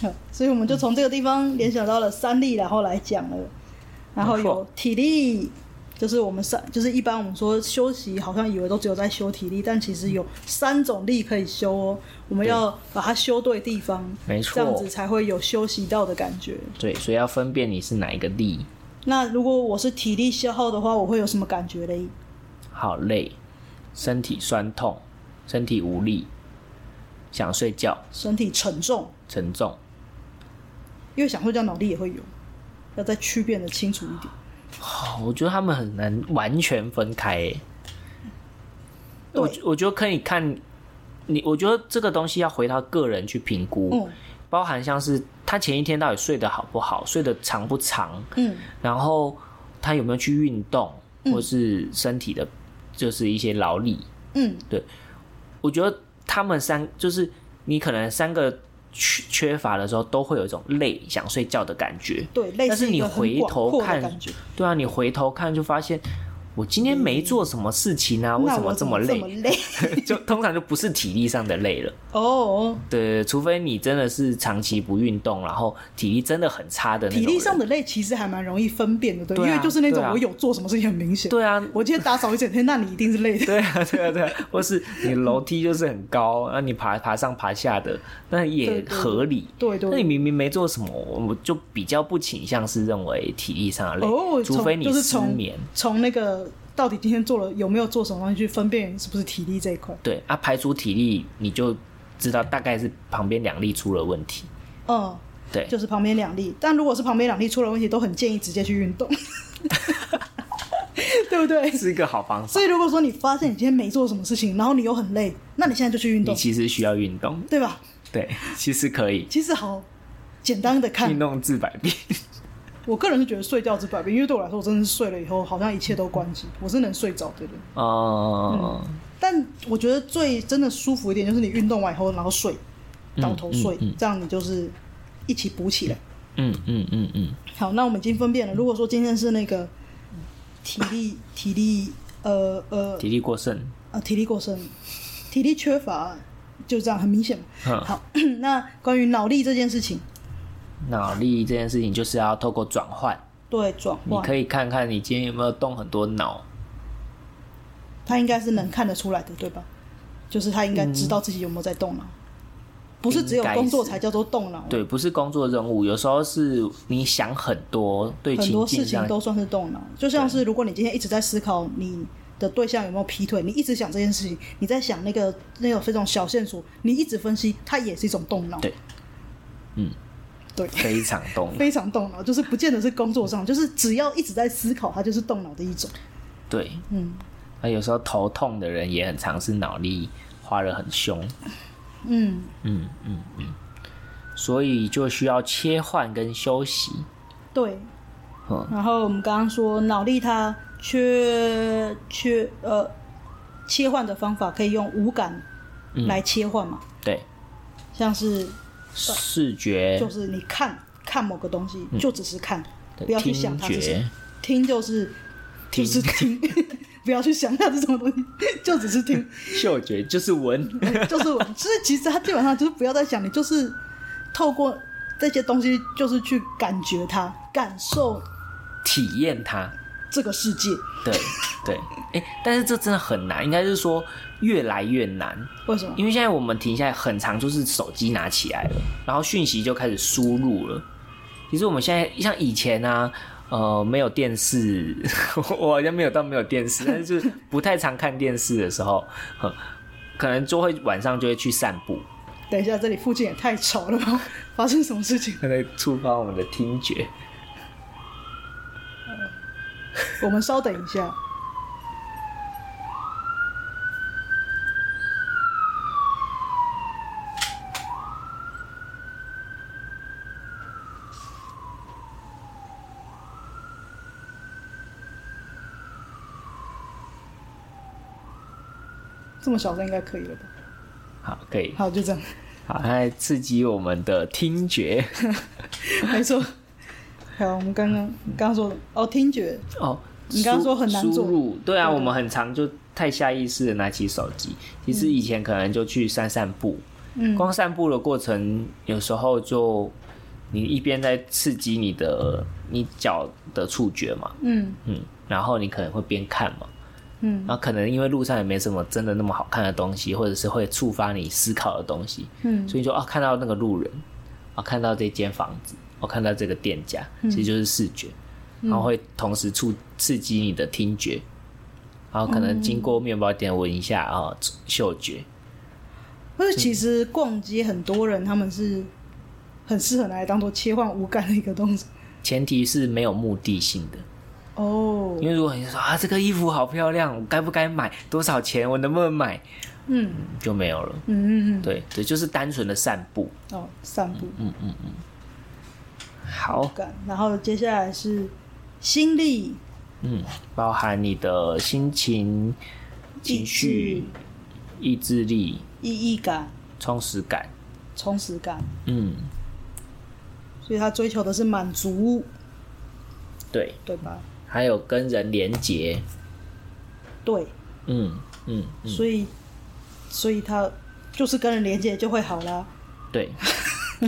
Speaker 2: 好所以我们就从这个地方联想到了三力，然后来讲了，然后
Speaker 1: 嗯没错
Speaker 2: 有体力。就是我们三，就是一般我们说休息，好像以为都只有在修体力，但其实
Speaker 1: 嗯
Speaker 2: 有三种力可以修哦。我们要把它修对地方，
Speaker 1: 没错
Speaker 2: 这样子才会有休息到的感觉。
Speaker 1: 对，所以要分辨你是哪一个力，
Speaker 2: 那如果我是体力消耗的话，我会有什么感觉嘞？
Speaker 1: 好累，身体酸痛，身体无力，想睡觉，
Speaker 2: 身体沉重，
Speaker 1: 沉重，
Speaker 2: 因为想睡觉脑力也会有，要再区辨的清楚一点。
Speaker 1: 哦，我觉得他们很难完全分开诶。
Speaker 2: 对
Speaker 1: 我我觉得可以看你，我觉得这个东西要回到个人去评估，
Speaker 2: 嗯
Speaker 1: 包含像是他前一天到底睡得好不好，睡得长不长，
Speaker 2: 嗯
Speaker 1: 然后他有没有去运动，或是身体的，就是一些劳力。
Speaker 2: 嗯，
Speaker 1: 我觉得他们三就是你可能三个缺缺乏的时候，都会有一种累想睡觉的感觉。
Speaker 2: 对，类
Speaker 1: 但
Speaker 2: 似
Speaker 1: 是
Speaker 2: 一
Speaker 1: 你
Speaker 2: 个很
Speaker 1: 回
Speaker 2: 广
Speaker 1: 头
Speaker 2: 阔的
Speaker 1: 看
Speaker 2: 感觉。
Speaker 1: 对啊，你回头看就发现，我今天没做什么事情啊，为
Speaker 2: 嗯那
Speaker 1: 什
Speaker 2: 我
Speaker 1: 这
Speaker 2: 怎么
Speaker 1: 么
Speaker 2: 这么
Speaker 1: 累？
Speaker 2: 累？
Speaker 1: 就通常就不是体力上的累了，
Speaker 2: 哦，
Speaker 1: 对，除非你真的是长期不运动，然后体力真的很差的那种
Speaker 2: 体
Speaker 1: 人。
Speaker 2: 力上的累其实还蛮容易分辨的，对不对，
Speaker 1: 对啊
Speaker 2: 因为就是那种
Speaker 1: 对啊
Speaker 2: 我有做什么事情很明显。
Speaker 1: 对啊，
Speaker 2: 我今天打扫一整天，那你一定是累的。
Speaker 1: 对啊，对啊，对啊，或是你楼梯就是很高，然后你爬爬上爬下的，那
Speaker 2: 对
Speaker 1: 也
Speaker 2: 对
Speaker 1: 合理。
Speaker 2: 对对
Speaker 1: 那你明明没做什么，我就比较不倾向是认为体力上的累，
Speaker 2: 哦，
Speaker 1: 除非
Speaker 2: 从
Speaker 1: 你
Speaker 2: 就是
Speaker 1: 失
Speaker 2: 从
Speaker 1: 眠。
Speaker 2: 从那个到底今天做了有没有做什么东西去分辨是不是体力这一块。
Speaker 1: 对啊，排除体力，你就知道大概是旁边两力出了问题。
Speaker 2: 嗯，
Speaker 1: 对，
Speaker 2: 就是旁边两例，但如果是旁边两例出了问题，都很建议直接去运动，对不对？
Speaker 1: 是一个好方式。
Speaker 2: 所以如果说你发现你今天没做什么事情，然后你又很累，那你现在就去运
Speaker 1: 你
Speaker 2: 动，
Speaker 1: 其实需要运动，
Speaker 2: 对吧？
Speaker 1: 对， 其实可以
Speaker 2: 其实好简单的看
Speaker 1: 运，动治百病。
Speaker 2: 我个人是觉得睡觉治百病，因为对我来说，我真的是睡了以后，好像一切都关机，我是能睡着的人。
Speaker 1: 哦，
Speaker 2: 但我觉得最真的舒服一点，就是你运动完以后，然后睡，倒头睡，
Speaker 1: 嗯嗯
Speaker 2: 这样你就是一起补起来。
Speaker 1: 嗯嗯嗯嗯，
Speaker 2: 好，那我们已经分辨了。如果说今天是那个体力、体力、呃呃
Speaker 1: 体力过剩，
Speaker 2: 呃体力过剩、体力缺乏，就这样很明显嘛。
Speaker 1: 嗯，
Speaker 2: 好， 那关于脑力这件事情，
Speaker 1: 脑力这件事情就是要透过转换，
Speaker 2: 对转
Speaker 1: 你
Speaker 2: 换，
Speaker 1: 可以看看你今天有没有动很多脑。
Speaker 2: 他应该是能看得出来的，对吧？就是他应该知道自己有没有在动脑，不是只有
Speaker 1: 嗯应该
Speaker 2: 工作
Speaker 1: 是
Speaker 2: 才叫做动脑，啊
Speaker 1: 对，不是工作任务，有时候是你想很多，对
Speaker 2: 很
Speaker 1: 情
Speaker 2: 多
Speaker 1: 境
Speaker 2: 事情
Speaker 1: 上，
Speaker 2: 都算是动脑。就像是如果你今天一直在思考你的对象有没有劈腿，你一直想这件事情，你在想那个那种这种小线索，你一直分析，它也是一种动脑。
Speaker 1: 对嗯，
Speaker 2: 对，
Speaker 1: 非常 动。
Speaker 2: 非常动脑，就是不见得是工作上，就是只要一直在思考，它就是动脑的一种。
Speaker 1: 对，
Speaker 2: 嗯
Speaker 1: 那有时候头痛的人也很常是脑力花得很凶，
Speaker 2: 嗯，
Speaker 1: 嗯嗯嗯，所以就需要切换跟休息。
Speaker 2: 对。
Speaker 1: 嗯
Speaker 2: 然后我们刚刚说脑力它缺缺呃切换的方法可以用五感
Speaker 1: 嗯
Speaker 2: 来切换嘛，
Speaker 1: 对，
Speaker 2: 像是
Speaker 1: 视觉、
Speaker 2: 就是你看看某个东西，就只是看，
Speaker 1: 嗯对
Speaker 2: 不要去想
Speaker 1: 听
Speaker 2: 它是什
Speaker 1: 觉
Speaker 2: 么。，听就是就是听， 不要去想它是什么东西，就只是听，
Speaker 1: 嗅觉就是闻。
Speaker 2: 就是我，就是其实它基本上就是不要再想，你就是透过这些东西，就是去感觉它，感受
Speaker 1: 体验它。
Speaker 2: 这个世界。
Speaker 1: 对对，哎、但是这真的很难，应该是说越来越难，
Speaker 2: 为什么？
Speaker 1: 因为现在我们停下来很长，就是手机拿起来了，然后讯息就开始输入了。其实我们现在像以前啊，呃，没有电视， 我好像没有到没有电视，但是就是不太常看电视的时候，哼可能就会晚上就会去散步，
Speaker 2: 等一下，这里附近也太吵了吧？发生什么事情？
Speaker 1: 可能触发我们的听觉。
Speaker 2: 我们稍等一下。这么小声应该可以了吧？
Speaker 1: 好，可以，
Speaker 2: 好，就这样，
Speaker 1: 好，它来刺激我们的听觉。
Speaker 2: 没错。好，我们刚刚刚刚说的哦，听觉，
Speaker 1: 哦，
Speaker 2: 你刚刚说很难
Speaker 1: 输
Speaker 2: 做
Speaker 1: 输入对啊，
Speaker 2: 对
Speaker 1: 我们很常就太下意识的拿起手机。其实以前可能就去散散步，
Speaker 2: 嗯
Speaker 1: 光散步的过程，有时候就你一边在刺激你的你脚的触觉嘛，
Speaker 2: 嗯
Speaker 1: 嗯，然后你可能会边看嘛，
Speaker 2: 嗯
Speaker 1: 然后可能因为路上也没什么真的那么好看的东西，或者是会触发你思考的东西，
Speaker 2: 嗯
Speaker 1: 所以就啊看到那个路人，啊看到这间房子，我、看到这个店家，
Speaker 2: 嗯
Speaker 1: 其实就是视觉，然后会同时触刺激你的听觉，然后可能经过面包店闻一下啊嗅觉，
Speaker 2: 或者其实逛街很多人他们是很适合拿来当做切换五感的一个东西。
Speaker 1: 前提是没有目的性的。
Speaker 2: 哦，
Speaker 1: 因为如果你说啊这个衣服好漂亮，我该不该买？多少钱？我能不能买？
Speaker 2: 嗯
Speaker 1: 就没有了。
Speaker 2: 嗯嗯嗯，
Speaker 1: 对对，就是单纯的散步。
Speaker 2: 哦，散步
Speaker 1: 好
Speaker 2: 五，感，然后接下来是心力、
Speaker 1: 嗯，包含你的心情、情绪、意志力、
Speaker 2: 意义感、
Speaker 1: 充实感。
Speaker 2: 充实感，
Speaker 1: 嗯，
Speaker 2: 所以他追求的是满足，
Speaker 1: 对，
Speaker 2: 对吧？
Speaker 1: 还有跟人连结。
Speaker 2: 对，
Speaker 1: 嗯嗯嗯，
Speaker 2: 所以所以他就是跟人连接就会好啦。
Speaker 1: 对，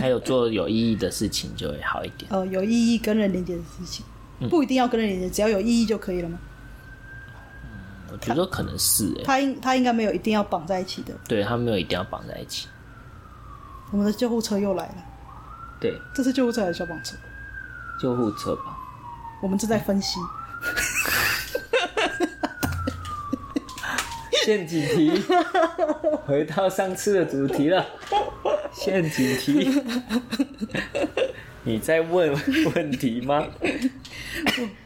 Speaker 1: 还有做有意义的事情就会好一点。
Speaker 2: 呃，有意义跟人连接的事情，不一定要跟人连接，只要有意义就可以了吗？
Speaker 1: 我觉得可能是哎、
Speaker 2: 他应他应该没有一定要绑在一起的。
Speaker 1: 对他没有一定要绑在一起。
Speaker 2: 我们的救护车又来了，
Speaker 1: 对，
Speaker 2: 这是救护车还是消防车？
Speaker 1: 救护车吧。
Speaker 2: 我们正在分析。
Speaker 1: 陷阱题，回到上次的主题了。陷阱题，你在问问题吗？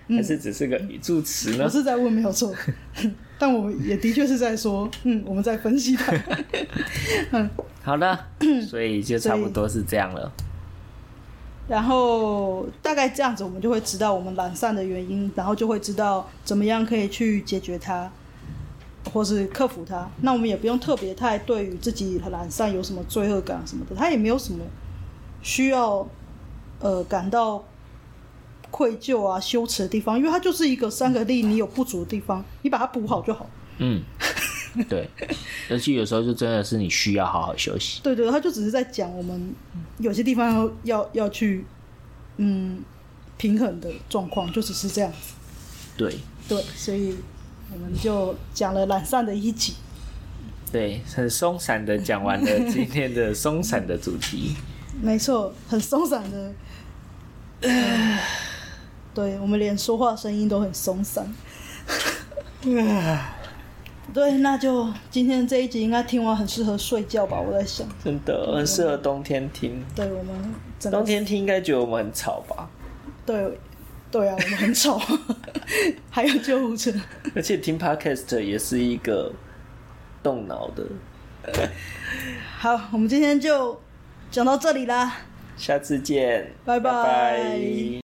Speaker 1: 还是只是个语助词呢
Speaker 2: 我？是在问，没有错。 但我们也的确是在说，嗯，我们在分析它。
Speaker 1: 好的，所以就差不多是这样了。
Speaker 2: 然后大概这样子，我们就会知道我们懒散的原因，然后就会知道怎么样可以去解决它，或是克服它。那我们也不用特别太对于自己懒散有什么罪恶感什么的，它也没有什么需要呃感到愧疚啊、羞耻的地方，因为它就是一个三个力，你有不足的地方，你把它补好就好。
Speaker 1: 嗯，对，尤其有时候就真的是你需要好好休息。
Speaker 2: 对对，他就只是在讲我们有些地方要要要去嗯平衡的状况，就只是这样子。
Speaker 1: 对，
Speaker 2: 对，所以我们就讲了懒散的一集。
Speaker 1: 对，很松散的讲完了今天的松散的主题。
Speaker 2: 没错，很松散的。对我们连说话声音都很松散。对，那就今天这一集应该听完很适合睡觉吧，我在想。
Speaker 1: 真的很适合冬天听，
Speaker 2: 对我们整个
Speaker 1: 冬天听应该觉得我们很吵吧？
Speaker 2: 对对啊，我们很 吵，还有救护车。
Speaker 1: 而且听 podcast 也是一个动脑的，
Speaker 2: 好，我们今天就讲到这里啦。
Speaker 1: 下次见，
Speaker 2: 拜拜
Speaker 1: 拜